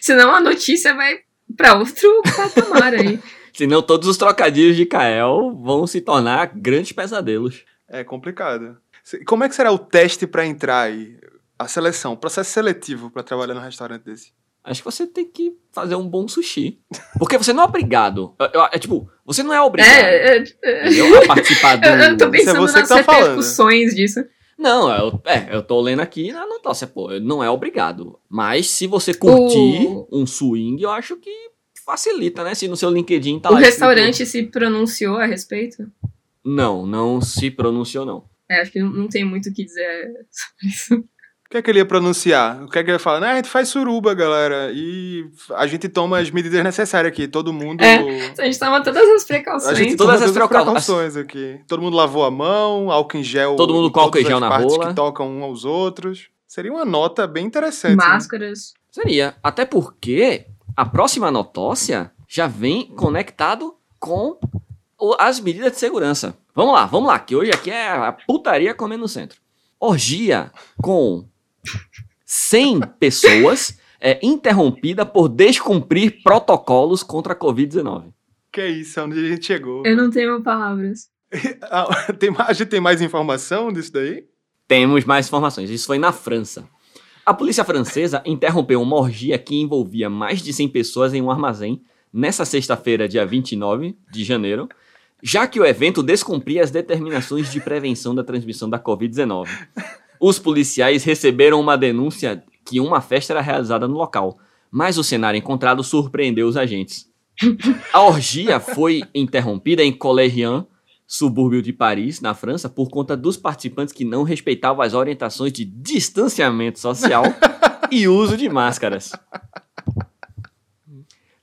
[SPEAKER 2] Senão a notícia vai pra outro patamar aí.
[SPEAKER 3] Senão todos os trocadilhos de Kael vão se tornar grandes pesadelos.
[SPEAKER 1] É complicado. Se- Como é que será o teste pra entrar aí? A seleção, o processo seletivo pra trabalhar num restaurante desse.
[SPEAKER 3] Acho que você tem que fazer um bom sushi. Porque você não é obrigado. É, é, é tipo, você não é obrigado
[SPEAKER 2] É, é, é.
[SPEAKER 3] entendeu? a participar do.
[SPEAKER 2] Eu, eu tô
[SPEAKER 1] Isso é
[SPEAKER 2] pensando
[SPEAKER 1] você que
[SPEAKER 2] nas
[SPEAKER 1] tá falando. Tá,
[SPEAKER 2] repercussões disso.
[SPEAKER 3] Não, eu, é, eu tô lendo aqui na notócia, pô, não é obrigado. Mas se você curtir
[SPEAKER 2] O-
[SPEAKER 3] um swing, eu acho que facilita, né? Se no seu LinkedIn tá
[SPEAKER 2] o
[SPEAKER 3] lá. escrito-
[SPEAKER 2] restaurante se pronunciou a respeito?
[SPEAKER 3] Não, não se pronunciou, não.
[SPEAKER 2] É, acho que não- não tem muito o que dizer sobre isso.
[SPEAKER 1] O que é que ele ia pronunciar? O que é que ele ia falar? Não, a gente faz suruba, galera. E a gente toma as medidas necessárias aqui. Todo mundo.
[SPEAKER 2] É. A gente toma todas as
[SPEAKER 1] A
[SPEAKER 2] precauções.
[SPEAKER 1] gente
[SPEAKER 3] Todas
[SPEAKER 1] toma
[SPEAKER 3] as
[SPEAKER 1] todas as
[SPEAKER 3] precau-
[SPEAKER 1] precauções aqui. Todo mundo lavou a mão, álcool em gel.
[SPEAKER 3] Todo mundo
[SPEAKER 1] em
[SPEAKER 3] com álcool
[SPEAKER 1] todas
[SPEAKER 3] em gel
[SPEAKER 1] as
[SPEAKER 3] na
[SPEAKER 1] partes
[SPEAKER 3] rola.
[SPEAKER 1] que tocam um aos outros. Seria uma nota bem interessante. né?
[SPEAKER 2] Máscaras.
[SPEAKER 3] Seria. Até porque a próxima notócia já vem conectado com o- as medidas de segurança. Vamos lá, vamos lá, que hoje aqui é a putaria comendo no centro. Orgia com 100 pessoas é interrompida por descumprir protocolos contra a Covid-19.
[SPEAKER 1] Que é isso, é onde a gente chegou.
[SPEAKER 2] Eu não tenho palavras.
[SPEAKER 1] Ah, tem ma- a gente tem mais informação disso daí?
[SPEAKER 3] Temos mais informações. Isso foi na França. A polícia francesa interrompeu uma orgia que envolvia mais de 100 pessoas em um armazém nessa sexta-feira, dia 29 de janeiro, já que o evento descumpria as determinações de prevenção da transmissão da Covid-19. Os policiais receberam uma denúncia que uma festa era realizada no local, mas o cenário encontrado surpreendeu os agentes. A orgia foi interrompida em Collegian, subúrbio de Paris, na França, por conta dos participantes que não respeitavam as orientações de distanciamento social e uso de máscaras.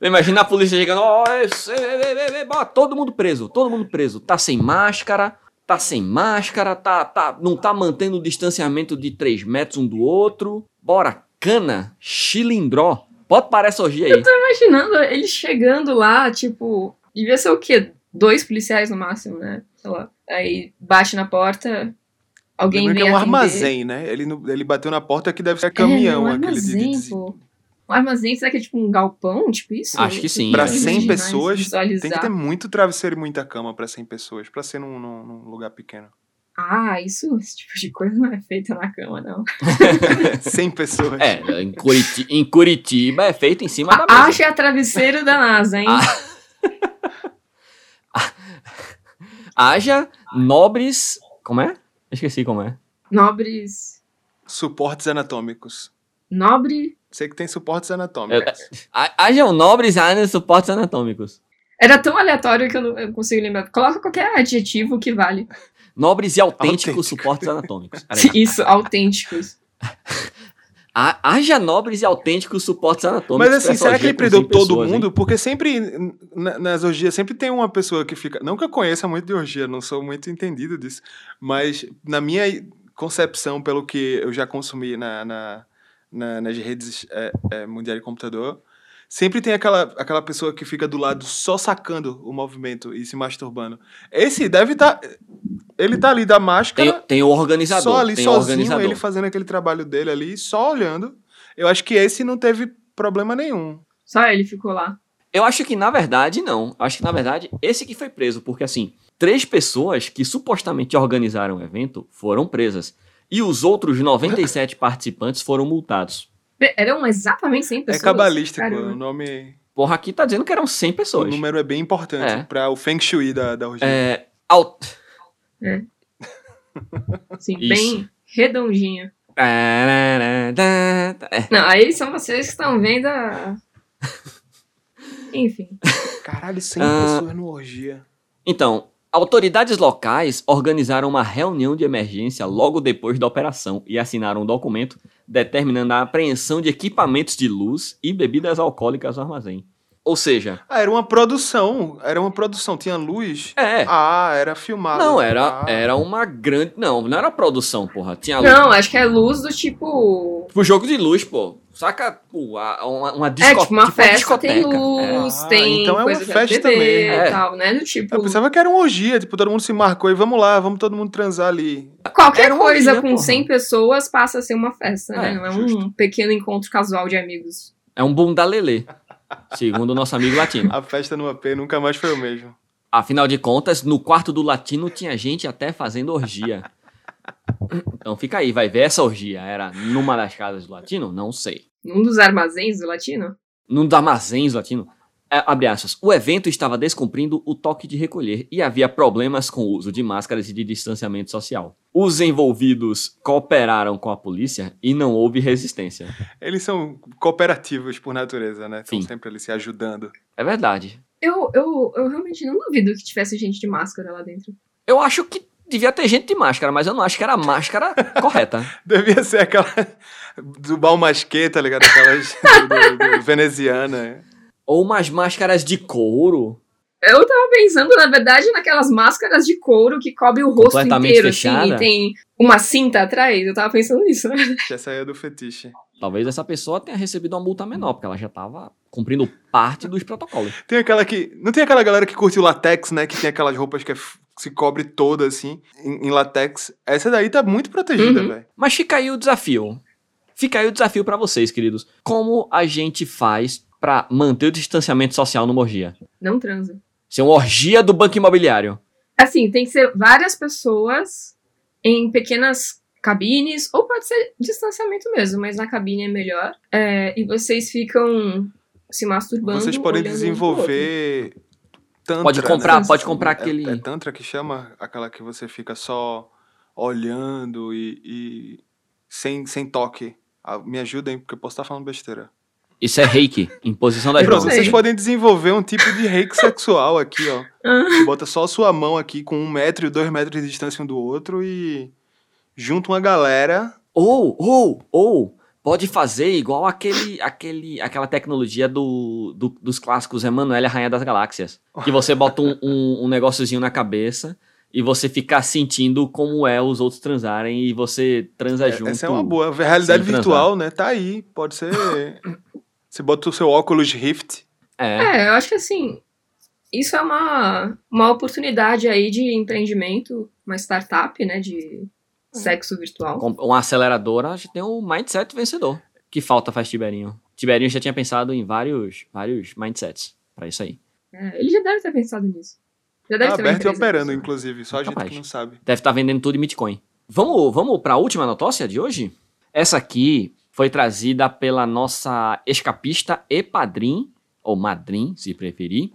[SPEAKER 3] Imagina a polícia chegando, ó, é, é, é, é, é, ó, todo mundo preso, todo mundo preso, tá sem máscara, tá sem máscara, tá, tá, não tá mantendo o distanciamento de 3 metros um do outro, bora, cana, chilindró, pode parar essa orgia aí.
[SPEAKER 2] Imaginando ele chegando lá, tipo, devia ser o quê? Dois policiais no máximo, né? Sei lá. Aí bate na porta, alguém
[SPEAKER 1] Lembra
[SPEAKER 2] vem
[SPEAKER 1] que é um
[SPEAKER 2] atender.
[SPEAKER 1] armazém, né? Ele, não- ele bateu na porta que deve ser
[SPEAKER 2] é,
[SPEAKER 1] caminhão
[SPEAKER 2] um
[SPEAKER 1] aquele de-
[SPEAKER 2] armazém,
[SPEAKER 1] de-
[SPEAKER 2] pô. Um armazém, será que é tipo um galpão, tipo isso?
[SPEAKER 3] Acho que sim.
[SPEAKER 1] Pra
[SPEAKER 3] acho que
[SPEAKER 1] 100
[SPEAKER 3] sim.
[SPEAKER 1] pessoas,
[SPEAKER 2] visualizar.
[SPEAKER 1] Tem que ter muito travesseiro e muita cama pra 100 pessoas, pra ser num, num- num lugar pequeno.
[SPEAKER 2] Ah, isso, esse tipo de coisa não é feita na cama, não.
[SPEAKER 1] 100 pessoas.
[SPEAKER 3] É, em, Curiti- em Curitiba é feito em cima da mesa.
[SPEAKER 2] A, acha a travesseiro da NASA, hein?
[SPEAKER 3] Ah. Haja nobres. Como é? Eu Esqueci como é.
[SPEAKER 2] Nobres.
[SPEAKER 1] Suportes anatômicos.
[SPEAKER 2] Nobre.
[SPEAKER 1] Sei que tem suportes
[SPEAKER 3] É,
[SPEAKER 1] anatômicos.
[SPEAKER 3] Ha- Haja um nobres áreas de suportes anatômicos.
[SPEAKER 2] Era tão aleatório que eu não eu não consigo lembrar. Coloca qualquer adjetivo que vale.
[SPEAKER 3] Nobres e autênticos
[SPEAKER 1] Autêntico.
[SPEAKER 3] suportes anatômicos.
[SPEAKER 2] Isso, autênticos.
[SPEAKER 3] Ha- Haja nobres e autênticos suportes anatômicos.
[SPEAKER 1] Mas assim,
[SPEAKER 3] pra
[SPEAKER 1] será
[SPEAKER 3] essa
[SPEAKER 1] que ele
[SPEAKER 3] orgia com
[SPEAKER 1] prendeu
[SPEAKER 3] 100
[SPEAKER 1] todo
[SPEAKER 3] pessoas, hein?
[SPEAKER 1] mundo? Porque sempre, n- na- nas orgias, sempre tem uma pessoa que fica. Não que eu conheça muito de orgia, não sou muito entendido disso. Mas na minha concepção, pelo que eu já consumi na, na- na- nas redes é, é, mundiais de computador, sempre tem aquela, aquela pessoa que fica do lado só sacando o movimento e se masturbando. Esse deve estar. ele tá ali da máscara.
[SPEAKER 3] Tem, tem o organizador.
[SPEAKER 1] Só ali
[SPEAKER 3] tem o
[SPEAKER 1] sozinho,
[SPEAKER 3] organizador.
[SPEAKER 1] ele fazendo aquele trabalho dele ali, só olhando. Eu acho que esse não teve problema nenhum.
[SPEAKER 2] Só ele ficou lá.
[SPEAKER 3] Eu acho que na verdade não. Acho que na verdade esse que foi preso, porque assim, três pessoas que supostamente organizaram o evento foram presas. E os outros 97 participantes foram multados.
[SPEAKER 2] Be- Eram exatamente 100 pessoas. um
[SPEAKER 1] é cabalístico,
[SPEAKER 2] Caramba.
[SPEAKER 1] o nome,
[SPEAKER 3] Porra, aqui tá dizendo que eram 100
[SPEAKER 1] o
[SPEAKER 3] pessoas.
[SPEAKER 1] número é bem importante
[SPEAKER 3] É.
[SPEAKER 1] pra o feng shui da, da orgia.
[SPEAKER 3] É, au-
[SPEAKER 2] Assim,
[SPEAKER 3] Isso.
[SPEAKER 2] bem redondinho.
[SPEAKER 3] É,
[SPEAKER 2] Não, aí são vocês que estão vendo a... Enfim.
[SPEAKER 1] Caralho, 100
[SPEAKER 3] Ah.
[SPEAKER 1] pessoas no orgia.
[SPEAKER 3] Então, autoridades locais organizaram uma reunião de emergência logo depois da operação e assinaram um documento determinando a apreensão de equipamentos de luz e bebidas alcoólicas no armazém. Ou seja,
[SPEAKER 1] Ah, era uma produção. Era uma produção. Tinha luz.
[SPEAKER 3] é.
[SPEAKER 1] Ah, era filmado.
[SPEAKER 3] Não,
[SPEAKER 1] Ah.
[SPEAKER 3] era, era uma grande. Não, não era produção, porra. Tinha luz.
[SPEAKER 2] Não, acho que é luz do tipo.
[SPEAKER 3] Tipo, jogo de luz, pô. Saca, pô, a- uma, uma
[SPEAKER 2] É,
[SPEAKER 3] discoteca.
[SPEAKER 2] tipo, uma festa tem
[SPEAKER 3] discoteca.
[SPEAKER 2] luz,
[SPEAKER 1] Ah,
[SPEAKER 2] tem
[SPEAKER 1] então é uma
[SPEAKER 2] coisa de
[SPEAKER 1] festa
[SPEAKER 2] TV e
[SPEAKER 3] mesmo. É.
[SPEAKER 2] tal, né? Do tipo,
[SPEAKER 1] Eu pensava que era uma orgia, tipo, todo mundo se marcou e vamos lá, vamos todo mundo transar ali.
[SPEAKER 2] qualquer
[SPEAKER 3] Era uma
[SPEAKER 2] coisa
[SPEAKER 3] orgia,
[SPEAKER 2] com
[SPEAKER 3] porra.
[SPEAKER 2] 100 pessoas passa a ser uma festa, né?
[SPEAKER 3] É,
[SPEAKER 2] Não é
[SPEAKER 1] justo.
[SPEAKER 2] um pequeno encontro casual de amigos.
[SPEAKER 3] É um bundalelê, segundo o nosso amigo latino.
[SPEAKER 1] A festa no AP nunca mais foi o mesmo.
[SPEAKER 3] Afinal de contas, no quarto do latino tinha gente até fazendo orgia. Então fica aí, vai ver essa orgia. Era numa das casas do latino? Não sei.
[SPEAKER 2] Num Um dos armazéns do latino?
[SPEAKER 3] Num dos armazéns do latino? É, abre aspas. O evento estava descumprindo o toque de recolher e havia problemas com o uso de máscaras e de distanciamento social. Os envolvidos cooperaram com a polícia e não houve resistência.
[SPEAKER 1] Eles são cooperativos por natureza, né? Estão
[SPEAKER 3] Sim.
[SPEAKER 1] sempre ali se ajudando.
[SPEAKER 3] É verdade.
[SPEAKER 2] Eu, eu, eu realmente não duvido que tivesse gente de máscara lá dentro.
[SPEAKER 3] Eu acho que devia ter gente de máscara, mas eu não acho que era a máscara correta.
[SPEAKER 1] Devia ser aquela do Balmasquê, tá ligado? Aquelas do- do- veneziana. é.
[SPEAKER 3] Ou umas máscaras de couro.
[SPEAKER 2] Eu tava pensando, na verdade, naquelas máscaras de couro que cobre o rosto
[SPEAKER 3] Completamente
[SPEAKER 2] inteiro, assim,
[SPEAKER 3] fechada?
[SPEAKER 2] e tem uma cinta atrás. Eu tava pensando nisso, né?
[SPEAKER 1] Já saiu é do fetiche.
[SPEAKER 3] Talvez essa pessoa tenha recebido uma multa menor, porque ela já estava cumprindo parte dos protocolos.
[SPEAKER 1] Tem aquela que. Não tem aquela galera que curte o latex, né? Que tem aquelas roupas que é f- que se cobre toda, assim, em, em latex. Essa daí tá muito protegida,
[SPEAKER 2] Uhum.
[SPEAKER 1] velho.
[SPEAKER 3] Mas fica aí o desafio. Fica aí o desafio para vocês, queridos. Como a gente faz para manter o distanciamento social numa orgia?
[SPEAKER 2] Não transa.
[SPEAKER 3] Ser uma orgia do banco imobiliário.
[SPEAKER 2] Assim, tem que ser várias pessoas em pequenas cabines, ou pode ser distanciamento mesmo, mas na cabine é melhor. É, e vocês ficam se masturbando.
[SPEAKER 1] Vocês podem
[SPEAKER 2] olhando um pro
[SPEAKER 1] desenvolver. Tantra,
[SPEAKER 3] Pode comprar,
[SPEAKER 1] né?
[SPEAKER 3] pode comprar aquele.
[SPEAKER 1] É, é Tantra que chama aquela que você fica só olhando e. e sem, sem toque. Ah, me ajudem, porque eu posso estar falando besteira.
[SPEAKER 3] Isso é reiki, imposição das
[SPEAKER 1] Pronto,
[SPEAKER 3] mãos.
[SPEAKER 1] Então, vocês podem desenvolver um tipo de reiki sexual aqui, ó.
[SPEAKER 3] Ah.
[SPEAKER 2] outro.
[SPEAKER 1] Bota só a sua mão aqui com um metro e dois metros de distância um do outro e junta uma galera
[SPEAKER 3] Ou, ou, ou, pode fazer igual aquele, aquele, aquela tecnologia do, do- dos clássicos Emanuel e a Rainha das Galáxias. Que você bota um, um, um negóciozinho na cabeça e você fica sentindo como é os outros transarem e você transa
[SPEAKER 1] É,
[SPEAKER 3] Tá junto.
[SPEAKER 1] Essa é uma boa. A realidade
[SPEAKER 3] sem transar.
[SPEAKER 1] virtual, né? Tá aí. Pode ser. Você bota o seu óculos Rift.
[SPEAKER 3] É.
[SPEAKER 2] É, eu acho que assim, isso é uma, uma oportunidade aí de empreendimento, uma startup, né, de sexo virtual.
[SPEAKER 3] Com uma aceleradora, a gente tem um mindset vencedor. Que falta faz Tiberinho. Tiberinho já tinha pensado em vários, vários mindsets pra isso aí.
[SPEAKER 2] É, ele já deve ter pensado nisso. Já deve
[SPEAKER 1] Tá
[SPEAKER 2] ter uma
[SPEAKER 1] aberto e
[SPEAKER 2] empresa
[SPEAKER 1] operando,
[SPEAKER 2] disso.
[SPEAKER 1] inclusive. Só a gente
[SPEAKER 3] Capaz.
[SPEAKER 1] que não sabe.
[SPEAKER 3] Deve estar vendendo tudo em Bitcoin. Vamos, vamos para a última notócia de hoje? Essa aqui foi trazida pela nossa escapista e padrim, ou madrim, se preferir,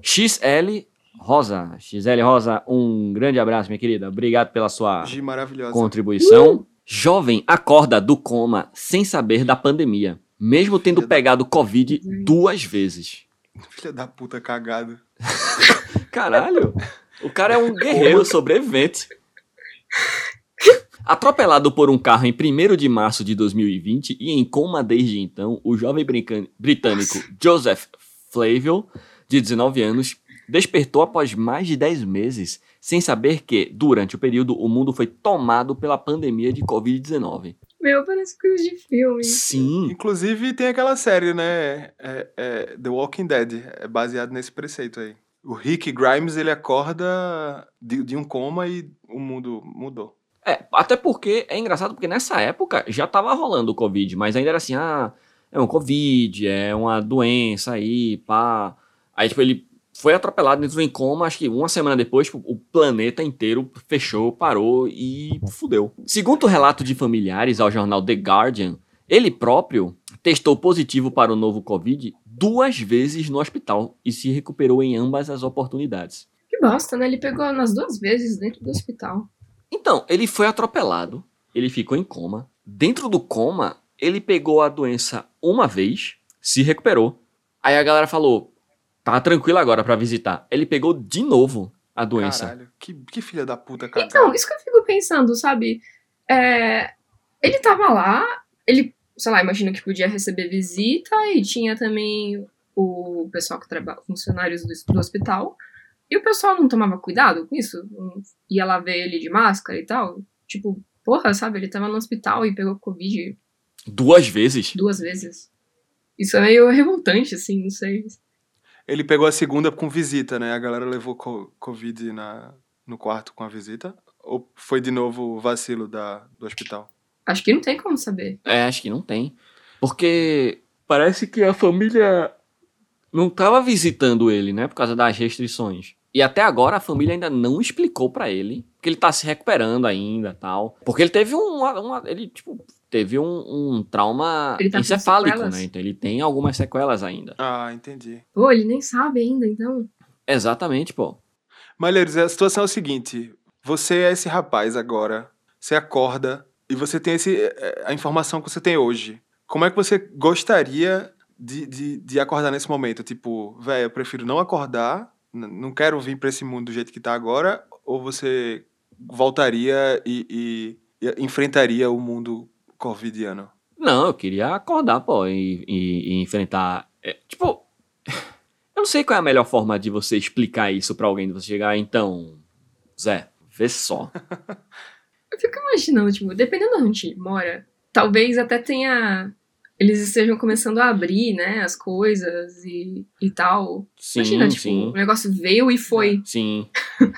[SPEAKER 3] XL Rosa. XL Rosa, um grande abraço, minha querida. Obrigado pela sua
[SPEAKER 1] G maravilhosa. é
[SPEAKER 3] contribuição.
[SPEAKER 1] um
[SPEAKER 3] Jovem acorda do coma sem saber da pandemia, mesmo tendo
[SPEAKER 1] Filha da-
[SPEAKER 3] pegado Covid duas vezes.
[SPEAKER 1] Filha da puta cagado.
[SPEAKER 3] Caralho! O cara é um guerreiro sobrevivente. Atropelado por um carro em 1 de março de 2020 e em coma desde então, o jovem brincan- britânico Joseph Flavel, de 19 anos, despertou após mais de 10 meses, sem saber que, durante o período, o mundo foi tomado pela pandemia de Covid-19.
[SPEAKER 2] Meu, parece coisa de filme.
[SPEAKER 3] Sim,
[SPEAKER 1] Inclusive, tem aquela série, né? É- é The Walking Dead. É baseado nesse preceito aí. O Rick Grimes, ele acorda de, de um coma e o mundo mudou.
[SPEAKER 3] É, até porque é engraçado porque nessa época já tava rolando o Covid, mas ainda era assim, ah, é um Covid, é uma doença aí, pá. Aí, tipo, ele foi atropelado, entrou em coma, acho que uma semana depois, tipo, o planeta inteiro fechou, parou e fudeu. Segundo o relato de familiares ao jornal The Guardian, ele próprio testou positivo para o novo Covid duas vezes no hospital e se recuperou em ambas as oportunidades.
[SPEAKER 2] Que bosta, né? Ele pegou nas duas vezes dentro do hospital.
[SPEAKER 3] Então, ele foi atropelado, ele ficou em coma. Dentro do coma, ele pegou a doença uma vez, se recuperou. Aí a galera falou: tá tranquilo agora pra visitar. Ele pegou de novo a doença.
[SPEAKER 1] Caralho. Que, que filha da puta cagado.
[SPEAKER 2] Então, isso que eu fico pensando, sabe? É, ele tava lá, ele, sei lá, imagino que podia receber visita e tinha também o pessoal que trabalha, funcionários do, do hospital, e o pessoal não tomava cuidado com isso? Não Ia lá ver ele de máscara e tal? Tipo, porra, sabe? Ele tava no hospital e pegou Covid
[SPEAKER 3] Duas vezes?
[SPEAKER 2] duas vezes. Isso é meio revoltante, assim, não sei.
[SPEAKER 1] Ele pegou a segunda com visita, né? A galera levou co- Covid na, no quarto com a visita. Ou foi de novo o vacilo da, do hospital?
[SPEAKER 2] Acho que não tem como saber.
[SPEAKER 3] É, acho que não tem. Porque parece que a família não tava visitando ele, né? Por causa das restrições. E até agora a família ainda não explicou pra ele que ele tá se recuperando ainda tal. Porque ele teve um. uma- ele, tipo, teve um, um trauma
[SPEAKER 2] Ele tá com
[SPEAKER 3] encefálico,
[SPEAKER 2] sequelas.
[SPEAKER 3] né? Então ele tem algumas sequelas ainda.
[SPEAKER 1] Ah, entendi.
[SPEAKER 2] Pô, ele nem sabe ainda, então.
[SPEAKER 3] Exatamente, pô.
[SPEAKER 1] Malheiros, a situação é o seguinte: você é esse rapaz agora, você acorda e você tem esse, eh, a informação que você tem hoje. Como é que você gostaria de, de, de acordar nesse momento? Tipo, velho, eu prefiro não acordar, n- não quero vir pra esse mundo do jeito que tá agora, ou você voltaria e, e- e enfrentaria o mundo covidiano?
[SPEAKER 3] Não, eu queria acordar, pô, e, e- e enfrentar. é, tipo, eu não sei qual é a melhor forma de você explicar isso pra alguém, de você chegar, então, Zé, vê só.
[SPEAKER 2] Eu fico imaginando, tipo, dependendo de onde mora, talvez até tenha. Eles estejam começando a abrir, né, as coisas e, e tal.
[SPEAKER 3] Sim,
[SPEAKER 2] Imagina, tipo,
[SPEAKER 3] sim. É.
[SPEAKER 2] o negócio veio e foi.
[SPEAKER 3] Sim.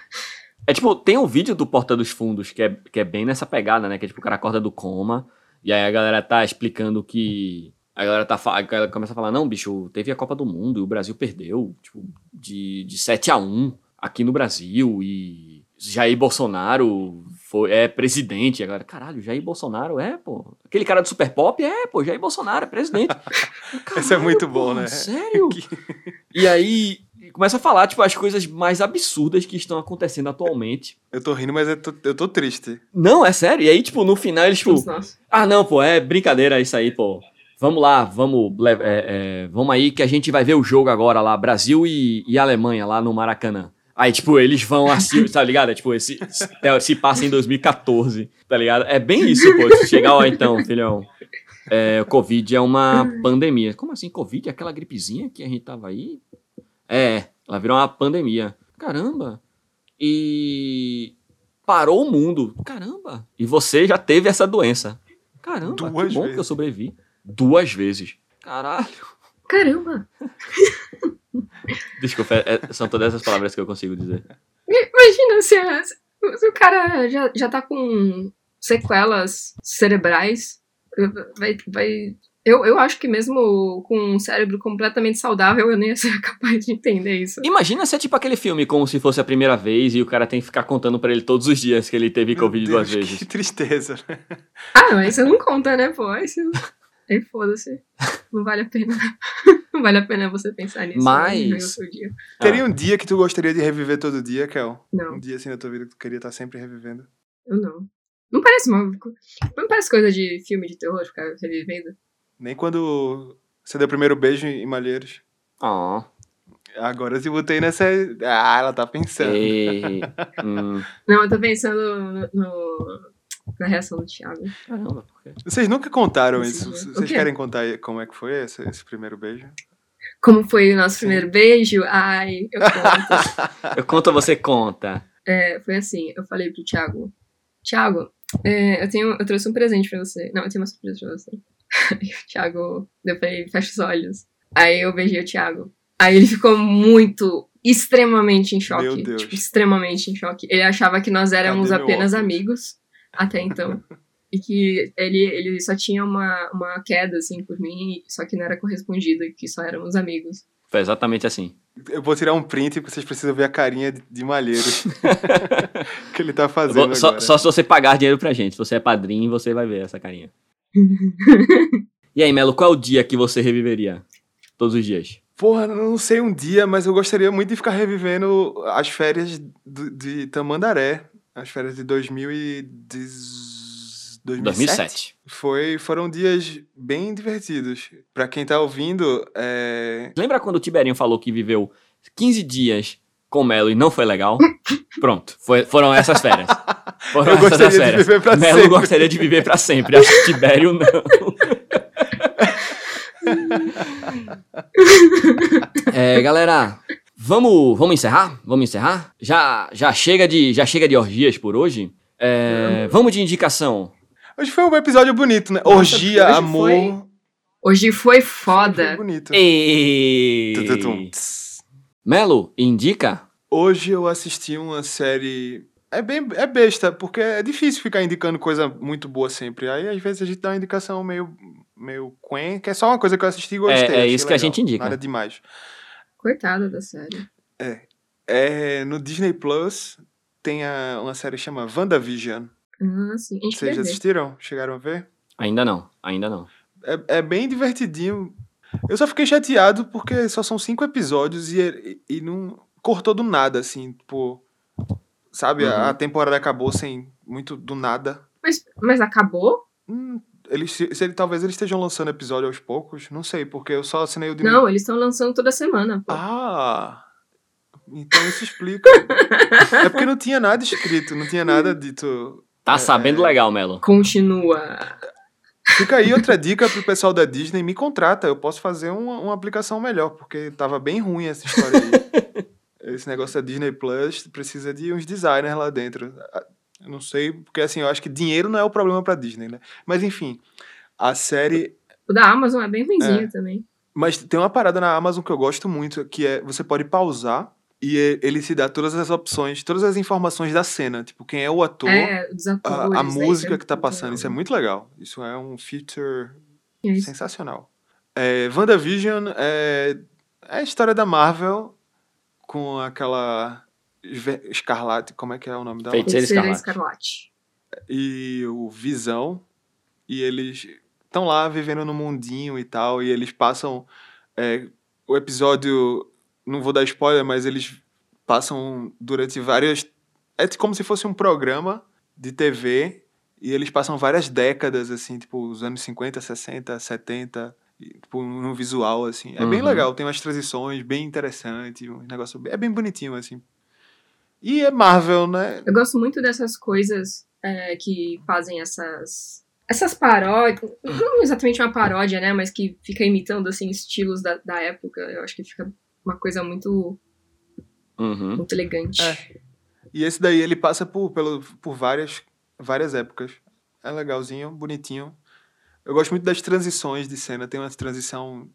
[SPEAKER 3] É tipo, tem um vídeo do Porta dos Fundos que é, que é bem nessa pegada, né? Que é tipo, o cara acorda do coma, e aí a galera tá explicando que. A galera, tá, fa- a galera começa a falar: não, bicho, teve a Copa do Mundo e o Brasil perdeu, tipo, de, de 7 a 1 aqui no Brasil, e Jair Bolsonaro foi, é presidente. E A galera, caralho, Jair Bolsonaro é, pô. Aquele cara do Super Pop é, pô, Jair Bolsonaro é presidente.
[SPEAKER 1] Esse é muito bom, né?
[SPEAKER 3] Sério? E aí começa a falar, tipo, as coisas mais absurdas que estão acontecendo atualmente.
[SPEAKER 1] Eu tô rindo, mas eu tô, eu tô triste.
[SPEAKER 3] Não, é sério. E aí, tipo, no final eles, tipo,
[SPEAKER 2] Todos nós.
[SPEAKER 3] ah, não, pô, é brincadeira isso aí, pô. Vamos lá, vamos, le- é, é, vamos aí que a gente vai ver o jogo agora lá, Brasil e, e Alemanha lá no Maracanã. Aí, tipo, eles vão assim, tá ligado? É tipo, esse, se- se passa em 2014, tá ligado? É bem isso, pô. Se chegar, ó, então, filhão. É, Covid é uma pandemia. Como assim, Covid? Aquela gripezinha que a gente tava aí? É, ela virou uma pandemia. Caramba. E parou o mundo. Caramba. E você já teve essa doença. Caramba,
[SPEAKER 1] Duas
[SPEAKER 3] que bom
[SPEAKER 1] vezes.
[SPEAKER 3] que eu sobrevivi. Duas vezes. Caralho.
[SPEAKER 2] Caramba!
[SPEAKER 3] Desculpa, é- são todas essas palavras que eu consigo dizer.
[SPEAKER 2] Imagina se, a- se o cara já, já tá com sequelas cerebrais. Vai, vai... Eu, eu acho que mesmo com um cérebro completamente saudável, eu nem ia ser capaz de entender isso.
[SPEAKER 3] Imagina se é tipo aquele filme como se fosse a primeira vez e o cara tem que ficar contando pra ele todos os dias que ele teve
[SPEAKER 1] Meu
[SPEAKER 3] Covid
[SPEAKER 1] Deus,
[SPEAKER 3] duas vezes.
[SPEAKER 1] Que tristeza, né?
[SPEAKER 2] Ah, mas você não conta, né, pô? Aí, você... aí foda-se. Não vale a pena. Não vale a pena você pensar nisso. né?
[SPEAKER 3] Mas-
[SPEAKER 2] Ganhou seu dia.
[SPEAKER 1] Teria
[SPEAKER 3] Ah.
[SPEAKER 1] um dia que tu gostaria de reviver todo dia, Kel? Um
[SPEAKER 2] Não,
[SPEAKER 1] dia assim na tua vida que tu queria estar sempre revivendo.
[SPEAKER 2] eu não. Não parece uma. Não parece coisa de filme de terror ficar revivendo.
[SPEAKER 1] Nem quando você deu o primeiro beijo em Malheiros.
[SPEAKER 3] Ah.
[SPEAKER 1] Agora eu te botei nessa. Ah, ela tá
[SPEAKER 3] É.
[SPEAKER 1] pensando.
[SPEAKER 3] E- hum,
[SPEAKER 2] Não, eu tô pensando no, no- na reação do Thiago.
[SPEAKER 3] Caramba, por quê?
[SPEAKER 1] Vocês nunca contaram
[SPEAKER 2] Sim,
[SPEAKER 1] isso.
[SPEAKER 2] né? O
[SPEAKER 1] Vocês
[SPEAKER 2] quê?
[SPEAKER 1] querem contar aí como é que foi esse, esse primeiro beijo?
[SPEAKER 2] Como foi o nosso primeiro beijo? Ai, eu conto.
[SPEAKER 3] Eu conto, você conta.
[SPEAKER 2] É, foi assim, eu falei pro Thiago. Thiago, é, eu, tenho, eu trouxe um presente pra você. Não, eu tenho uma surpresa pra você. Aí o Thiago, eu falei, fecha os olhos. Aí eu beijei o Thiago. Aí ele ficou muito, extremamente em choque.
[SPEAKER 1] Meu Deus.
[SPEAKER 2] Tipo, extremamente em choque. Ele achava que nós éramos
[SPEAKER 1] Cadê meu
[SPEAKER 2] apenas
[SPEAKER 1] óculos?
[SPEAKER 2] amigos até então. E que ele, ele só tinha uma, uma queda, assim, por mim, só que não era correspondido, e que só éramos amigos.
[SPEAKER 3] Foi exatamente assim.
[SPEAKER 1] Eu vou tirar um print porque vocês precisam ver a carinha de, de Malheiros que ele tá
[SPEAKER 3] Eu vou-
[SPEAKER 1] fazendo
[SPEAKER 3] só,
[SPEAKER 1] agora.
[SPEAKER 3] só se você pagar dinheiro pra gente. Se você é padrinho, você vai ver essa carinha. E aí, Melo, qual é o dia que você reviveria? Todos os dias.
[SPEAKER 1] Porra, eu não sei um dia, mas eu gostaria muito de ficar revivendo as férias do- de Tamandaré. As férias de 2010, 2007.
[SPEAKER 3] 2007.
[SPEAKER 1] Foi, foram dias bem divertidos. Pra quem tá ouvindo, é...
[SPEAKER 3] Lembra quando o Tiberinho falou que viveu 15 dias com Melo e não foi legal? Pronto. Foi- foram essas férias. Foram
[SPEAKER 1] eu
[SPEAKER 3] essas as
[SPEAKER 1] gostaria de
[SPEAKER 3] férias.
[SPEAKER 1] viver pra
[SPEAKER 3] tá Melo
[SPEAKER 1] sempre.
[SPEAKER 3] gostaria de viver pra sempre. Acho que Tibério não. É, galera, vamos, vamos encerrar? Vamos encerrar? Já, já chega de, já chega de orgias por hoje. É, vamos de indicação.
[SPEAKER 1] Hoje foi um episódio bonito, né? Orgia,
[SPEAKER 2] hoje
[SPEAKER 1] amor.
[SPEAKER 2] foi Hoje
[SPEAKER 1] Foi
[SPEAKER 2] foi foda.
[SPEAKER 1] bonito.
[SPEAKER 3] E...
[SPEAKER 1] Tum, tum, tum. Tss.
[SPEAKER 3] Melo, indica.
[SPEAKER 1] Hoje eu assisti uma série. É bem é besta, porque é difícil ficar indicando coisa muito boa sempre. Aí às vezes a gente dá uma indicação meio, meio quen, que é só uma coisa que eu assisti e gostei.
[SPEAKER 3] É- é
[SPEAKER 1] achei
[SPEAKER 3] isso que a
[SPEAKER 1] legal.
[SPEAKER 3] gente indica.
[SPEAKER 1] Nada demais.
[SPEAKER 2] Coitada da série.
[SPEAKER 1] É, no Disney Plus tem a- uma série que chama WandaVision.
[SPEAKER 2] Ah, sim. A gente
[SPEAKER 1] Vocês
[SPEAKER 2] vai
[SPEAKER 1] já
[SPEAKER 2] ver.
[SPEAKER 1] assistiram? Chegaram a ver?
[SPEAKER 3] Ainda não, ainda não.
[SPEAKER 1] É, é bem divertidinho. Eu só fiquei chateado porque só são cinco episódios e, e, e não cortou do nada, assim, tipo. Sabe, a, a temporada acabou sem muito do nada.
[SPEAKER 2] Mas, mas acabou?
[SPEAKER 1] Hum, eles, se se ele, talvez eles estejam lançando episódio aos poucos, não sei, porque eu só assinei o de.
[SPEAKER 2] Não, eles estão lançando toda semana. pô.
[SPEAKER 1] Ah! Então isso explica. é porque não tinha nada escrito, não tinha nada
[SPEAKER 2] Hum.
[SPEAKER 1] dito.
[SPEAKER 3] Tá sabendo legal, Melo.
[SPEAKER 2] Continua.
[SPEAKER 1] Fica aí outra dica pro pessoal da Disney, me contrata, eu posso fazer um, uma, uma aplicação melhor, porque tava bem ruim essa história aí. Esse negócio da Disney Plus precisa de uns designers lá dentro. Ah, Eu não sei, porque assim, eu acho que dinheiro não é o problema pra Disney, né? Mas enfim, a série...
[SPEAKER 2] O da Amazon é bem ruimzinho também.
[SPEAKER 1] Mas tem uma parada na Amazon que eu gosto muito, que é você pode pausar e e- ele se dá todas as opções, todas as informações da cena, tipo quem é o ator,
[SPEAKER 2] É, dos atores.
[SPEAKER 1] a, a
[SPEAKER 2] né,
[SPEAKER 1] música
[SPEAKER 2] é
[SPEAKER 1] que tá
[SPEAKER 2] muito
[SPEAKER 1] passando,
[SPEAKER 2] legal.
[SPEAKER 1] isso é muito legal. Isso é um feature
[SPEAKER 2] É isso.
[SPEAKER 1] Sensacional. É, WandaVision é, é a história da Marvel com aquela Esve- Escarlate, como é que é o nome dela?
[SPEAKER 3] Feiticeira.
[SPEAKER 2] Feiticeira
[SPEAKER 3] Escarlate.
[SPEAKER 2] Escarlate.
[SPEAKER 1] E o Visão. E eles estão lá vivendo no mundinho e tal. E eles passam é, o episódio. Não vou dar spoiler, mas eles passam durante várias. É como se fosse um programa de TV. E eles passam várias décadas, assim, tipo, os anos 50, 60, 70, e, tipo, num visual, assim. É bem
[SPEAKER 3] Uhum.
[SPEAKER 1] legal, tem umas transições bem interessantes, um negócio bem- é bem bonitinho, assim. E é Marvel, né?
[SPEAKER 2] Eu gosto muito dessas coisas é, que fazem essas. Essas paródias. Não exatamente uma paródia, né? Mas que fica imitando, assim, estilos da, da época. Eu acho que fica uma coisa muito,
[SPEAKER 3] Uhum.
[SPEAKER 2] muito elegante.
[SPEAKER 1] É. E esse daí ele passa por, pelo, por várias, várias épocas. É legalzinho, bonitinho. Eu gosto muito das transições de cena. Tem uma transição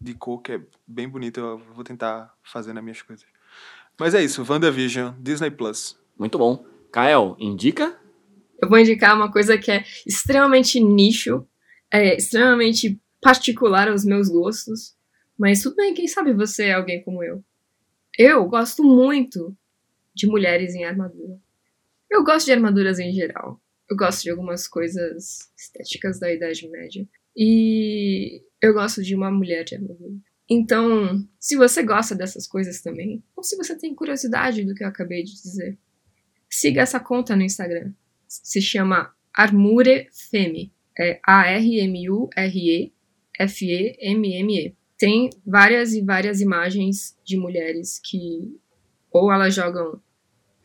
[SPEAKER 1] de cor que é bem bonita. Eu vou tentar fazer nas minhas coisas. Mas é isso, WandaVision, Disney Plus.
[SPEAKER 3] Muito bom. Kael, indica?
[SPEAKER 2] Eu vou indicar uma coisa que é extremamente nicho, é extremamente particular aos meus gostos, mas tudo bem, quem sabe você é alguém como eu. Eu gosto muito de mulheres em armadura. Eu gosto de armaduras em geral. Eu gosto de algumas coisas estéticas da Idade Média. E eu gosto de uma mulher de armadura. Então, se você gosta dessas coisas também, ou se você tem curiosidade do que eu acabei de dizer, siga essa conta no Instagram se chama Armure Femme. É A-R-M-U-R-E-F-E-M-M-E. Tem várias e várias imagens de mulheres que ou elas jogam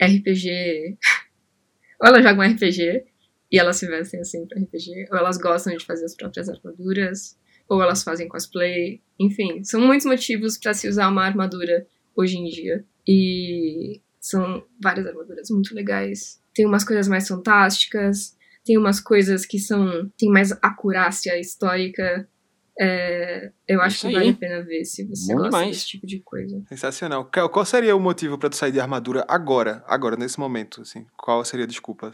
[SPEAKER 2] RPG, ou elas jogam RPG e elas se vestem assim para RPG, ou elas gostam de fazer as próprias armaduras, ou elas fazem cosplay, enfim, são muitos motivos para se usar uma armadura hoje em dia. E são várias armaduras muito legais. Tem umas coisas mais fantásticas, tem umas coisas que são. tem mais acurácia histórica. É, eu acho
[SPEAKER 3] Isso
[SPEAKER 2] que vale
[SPEAKER 3] aí.
[SPEAKER 2] a pena ver se você
[SPEAKER 3] Bom
[SPEAKER 2] gosta
[SPEAKER 3] demais.
[SPEAKER 2] desse tipo de coisa.
[SPEAKER 1] Sensacional. Kel, Qual seria o motivo pra tu sair de armadura agora? Agora, nesse momento, assim. Qual seria a desculpa?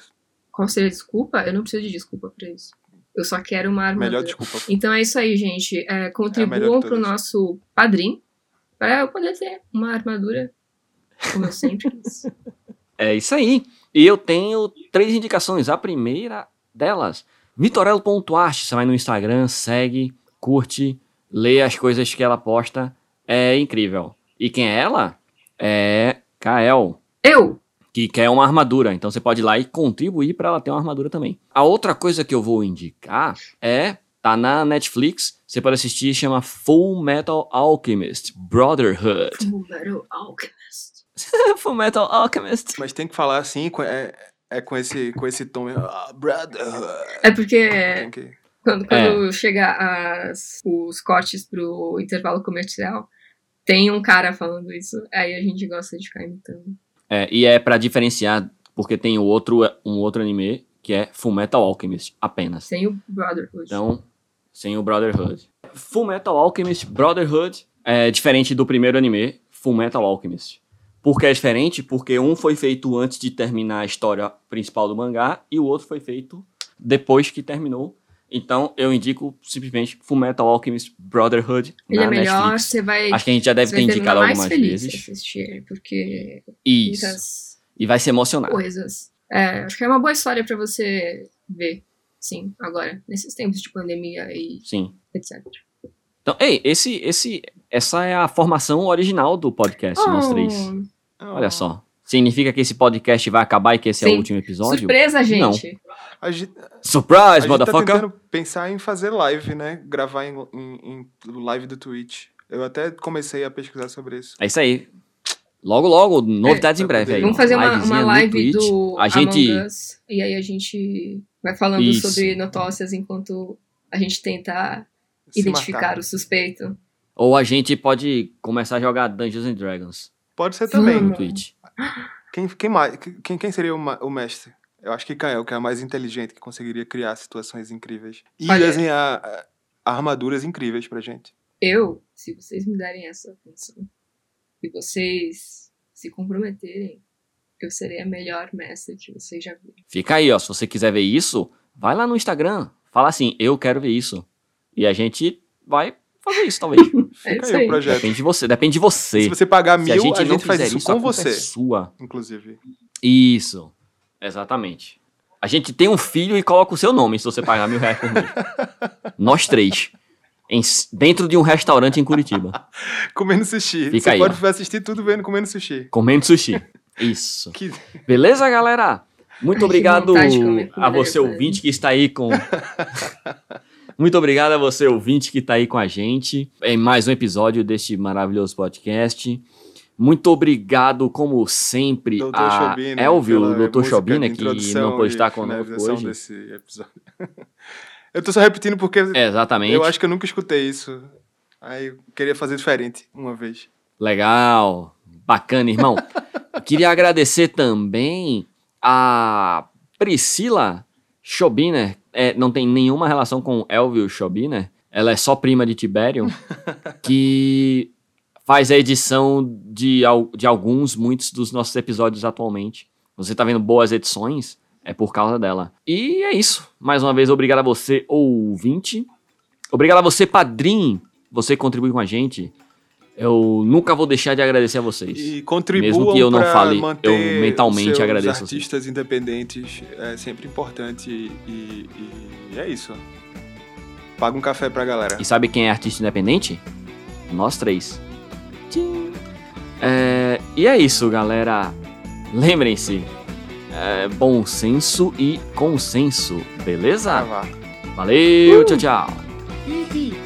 [SPEAKER 2] Qual seria a desculpa? Eu não preciso de desculpa pra isso. Eu só quero uma armadura.
[SPEAKER 1] Melhor desculpa.
[SPEAKER 2] Então é isso aí, gente. É,
[SPEAKER 1] melhor
[SPEAKER 2] contribuam
[SPEAKER 1] de
[SPEAKER 2] pro
[SPEAKER 1] todas.
[SPEAKER 2] nosso padrinho para eu poder ter uma armadura, como eu sempre quis.
[SPEAKER 3] É isso aí. E eu tenho três indicações. A primeira delas, vitorello.arte. Você vai no Instagram, segue, curte, lê as coisas que ela posta. É incrível. E quem é ela? É Kael.
[SPEAKER 2] Eu!
[SPEAKER 3] que quer uma armadura. Então você pode ir lá e contribuir para ela ter uma armadura também. A outra coisa que eu vou indicar é tá na Netflix, você pode assistir, chama Full Metal Alchemist Brotherhood.
[SPEAKER 2] Fullmetal Alchemist.
[SPEAKER 3] Full Metal Alchemist.
[SPEAKER 1] Mas tem que falar assim, com- é, é com, esse, com esse tom. Ah, brother.
[SPEAKER 2] É porque
[SPEAKER 1] Tem que...
[SPEAKER 3] É.
[SPEAKER 2] Quando, quando chega as- os cortes pro intervalo comercial, tem um cara falando isso. Aí a gente gosta de ficar imitando.
[SPEAKER 3] É, e é pra diferenciar, porque tem o outro, um outro anime que é Fullmetal Alchemist apenas.
[SPEAKER 2] Sem o Brotherhood.
[SPEAKER 3] Então, sem o Brotherhood. Fullmetal Alchemist Brotherhood é diferente do primeiro anime, Fullmetal Alchemist. Por que é diferente? Porque um foi feito antes de terminar a história principal do mangá e o outro foi feito depois que terminou. Então, eu indico simplesmente Fullmetal Alchemist Brotherhood
[SPEAKER 2] Ele
[SPEAKER 3] na
[SPEAKER 2] é melhor,
[SPEAKER 3] Netflix.
[SPEAKER 2] você vai.
[SPEAKER 3] Acho que a gente já deve
[SPEAKER 2] você
[SPEAKER 3] ter
[SPEAKER 2] vai terminar
[SPEAKER 3] indicado
[SPEAKER 2] mais
[SPEAKER 3] algumas
[SPEAKER 2] feliz assim. Então, de
[SPEAKER 3] vezes.
[SPEAKER 2] assistir, porque
[SPEAKER 3] Isso.
[SPEAKER 2] muitas
[SPEAKER 3] E vai se emocionar.
[SPEAKER 2] coisas. É, acho que é uma boa história pra você ver, sim, agora, nesses tempos de pandemia e
[SPEAKER 3] Sim.
[SPEAKER 2] etc.
[SPEAKER 3] Então, ei, esse, esse, essa é a formação original do podcast,
[SPEAKER 2] Oh.
[SPEAKER 3] nós três. Olha só. Significa que esse podcast vai acabar e que esse é o
[SPEAKER 2] Sim.
[SPEAKER 3] último episódio?
[SPEAKER 2] Surpresa, gente!
[SPEAKER 1] A gente, a
[SPEAKER 3] Surprise,
[SPEAKER 1] gente tá
[SPEAKER 3] motherfucker!
[SPEAKER 1] tentando pensar em fazer live, né? Gravar em, em- em live do Twitch. Eu até comecei a pesquisar sobre isso.
[SPEAKER 3] É isso aí. Logo, logo,
[SPEAKER 1] É,
[SPEAKER 3] novidades em breve aí.
[SPEAKER 2] Vamos fazer uma,
[SPEAKER 3] Livezinha
[SPEAKER 2] uma
[SPEAKER 3] no
[SPEAKER 2] live
[SPEAKER 3] Twitch.
[SPEAKER 2] do
[SPEAKER 3] A gente.
[SPEAKER 2] Among Us, e aí a gente vai falando
[SPEAKER 3] Isso.
[SPEAKER 2] sobre notócias enquanto a gente tenta
[SPEAKER 1] Se
[SPEAKER 2] identificar
[SPEAKER 1] matar.
[SPEAKER 2] o suspeito.
[SPEAKER 3] Ou a gente pode começar a jogar Dungeons and Dragons
[SPEAKER 1] Pode ser
[SPEAKER 2] Sim.
[SPEAKER 1] também.
[SPEAKER 3] no
[SPEAKER 2] Vamos.
[SPEAKER 3] Twitch.
[SPEAKER 1] Quem, quem, mais, quem, quem seria o, ma- o mestre? Eu acho que Kael, que é o mais inteligente, que conseguiria criar situações incríveis. E
[SPEAKER 2] Olha-
[SPEAKER 1] desenhar ah, armaduras incríveis pra gente.
[SPEAKER 2] Eu, se vocês me darem essa atenção, e vocês se comprometerem, eu serei a melhor mestre que vocês já viram.
[SPEAKER 3] Fica aí, ó. Se você quiser ver isso, vai lá no Instagram. Fala assim, eu quero ver isso. E a gente vai fazer isso, talvez.
[SPEAKER 1] Fica
[SPEAKER 2] É isso
[SPEAKER 1] aí
[SPEAKER 2] aí.
[SPEAKER 1] o projeto.
[SPEAKER 3] Depende de você. Depende de você.
[SPEAKER 1] Se você pagar
[SPEAKER 3] Se
[SPEAKER 1] mil, a gente,
[SPEAKER 3] não
[SPEAKER 1] faz
[SPEAKER 3] fizer
[SPEAKER 1] isso, com
[SPEAKER 3] a culpa
[SPEAKER 1] você,
[SPEAKER 3] É sua.
[SPEAKER 1] inclusive.
[SPEAKER 3] Isso. Exatamente. A gente tem um filho e coloca o seu nome se você pagar mil reais por mês. Nós três. Em- dentro de um restaurante em Curitiba.
[SPEAKER 1] Comendo sushi.
[SPEAKER 3] Fica
[SPEAKER 1] você
[SPEAKER 3] aí,
[SPEAKER 1] pode assistir tudo vendo comendo sushi.
[SPEAKER 3] Comendo sushi. Isso.
[SPEAKER 1] Que
[SPEAKER 3] Beleza, galera? Muito
[SPEAKER 2] Ai, que
[SPEAKER 3] obrigado
[SPEAKER 2] vontade de comer
[SPEAKER 3] a
[SPEAKER 2] comida
[SPEAKER 3] você
[SPEAKER 2] japonesa.
[SPEAKER 3] ouvinte que está aí com. Muito obrigado a você ouvinte que está aí com a gente em mais um episódio deste maravilhoso podcast. Muito obrigado, como sempre,
[SPEAKER 1] Dr.
[SPEAKER 3] a
[SPEAKER 1] Chobina.
[SPEAKER 3] Elvio,
[SPEAKER 1] pela
[SPEAKER 3] o Dr.
[SPEAKER 1] né, música
[SPEAKER 3] Chobina,
[SPEAKER 1] de
[SPEAKER 3] que
[SPEAKER 1] introdução
[SPEAKER 3] não pode
[SPEAKER 1] e
[SPEAKER 3] estar conosco
[SPEAKER 1] finalização
[SPEAKER 3] hoje.
[SPEAKER 1] desse episódio. eu tô só repetindo porque
[SPEAKER 3] É, exatamente.
[SPEAKER 1] eu acho que eu nunca escutei isso. Aí eu queria fazer diferente uma vez.
[SPEAKER 3] Legal, bacana, irmão. Eu Queria agradecer também a Priscila Schobiner. É, não tem nenhuma relação com Elvio Schobiner. Ela é só prima de Tibério, que faz a edição de, al- de alguns, muitos dos nossos episódios atualmente. Você tá vendo boas edições? É por causa dela. E é isso. Mais uma vez, obrigado a você, ouvinte. Obrigado a você, padrinho. Você que contribui com a gente. Eu nunca vou deixar de agradecer a vocês.
[SPEAKER 1] E contribuam
[SPEAKER 3] Mesmo que eu não
[SPEAKER 1] pra
[SPEAKER 3] fale, eu
[SPEAKER 1] manter
[SPEAKER 3] mentalmente
[SPEAKER 1] seus
[SPEAKER 3] agradeço a vocês.
[SPEAKER 1] artistas independentes é sempre importante e, e é isso. Paga um café pra galera.
[SPEAKER 3] E sabe quem é artista independente? Nós três. Tchim. É, e é isso, galera. Lembrem-se: é, bom senso e consenso, beleza?
[SPEAKER 1] Gravar.
[SPEAKER 3] Valeu, tchau, tchau.
[SPEAKER 1] Ih, ih.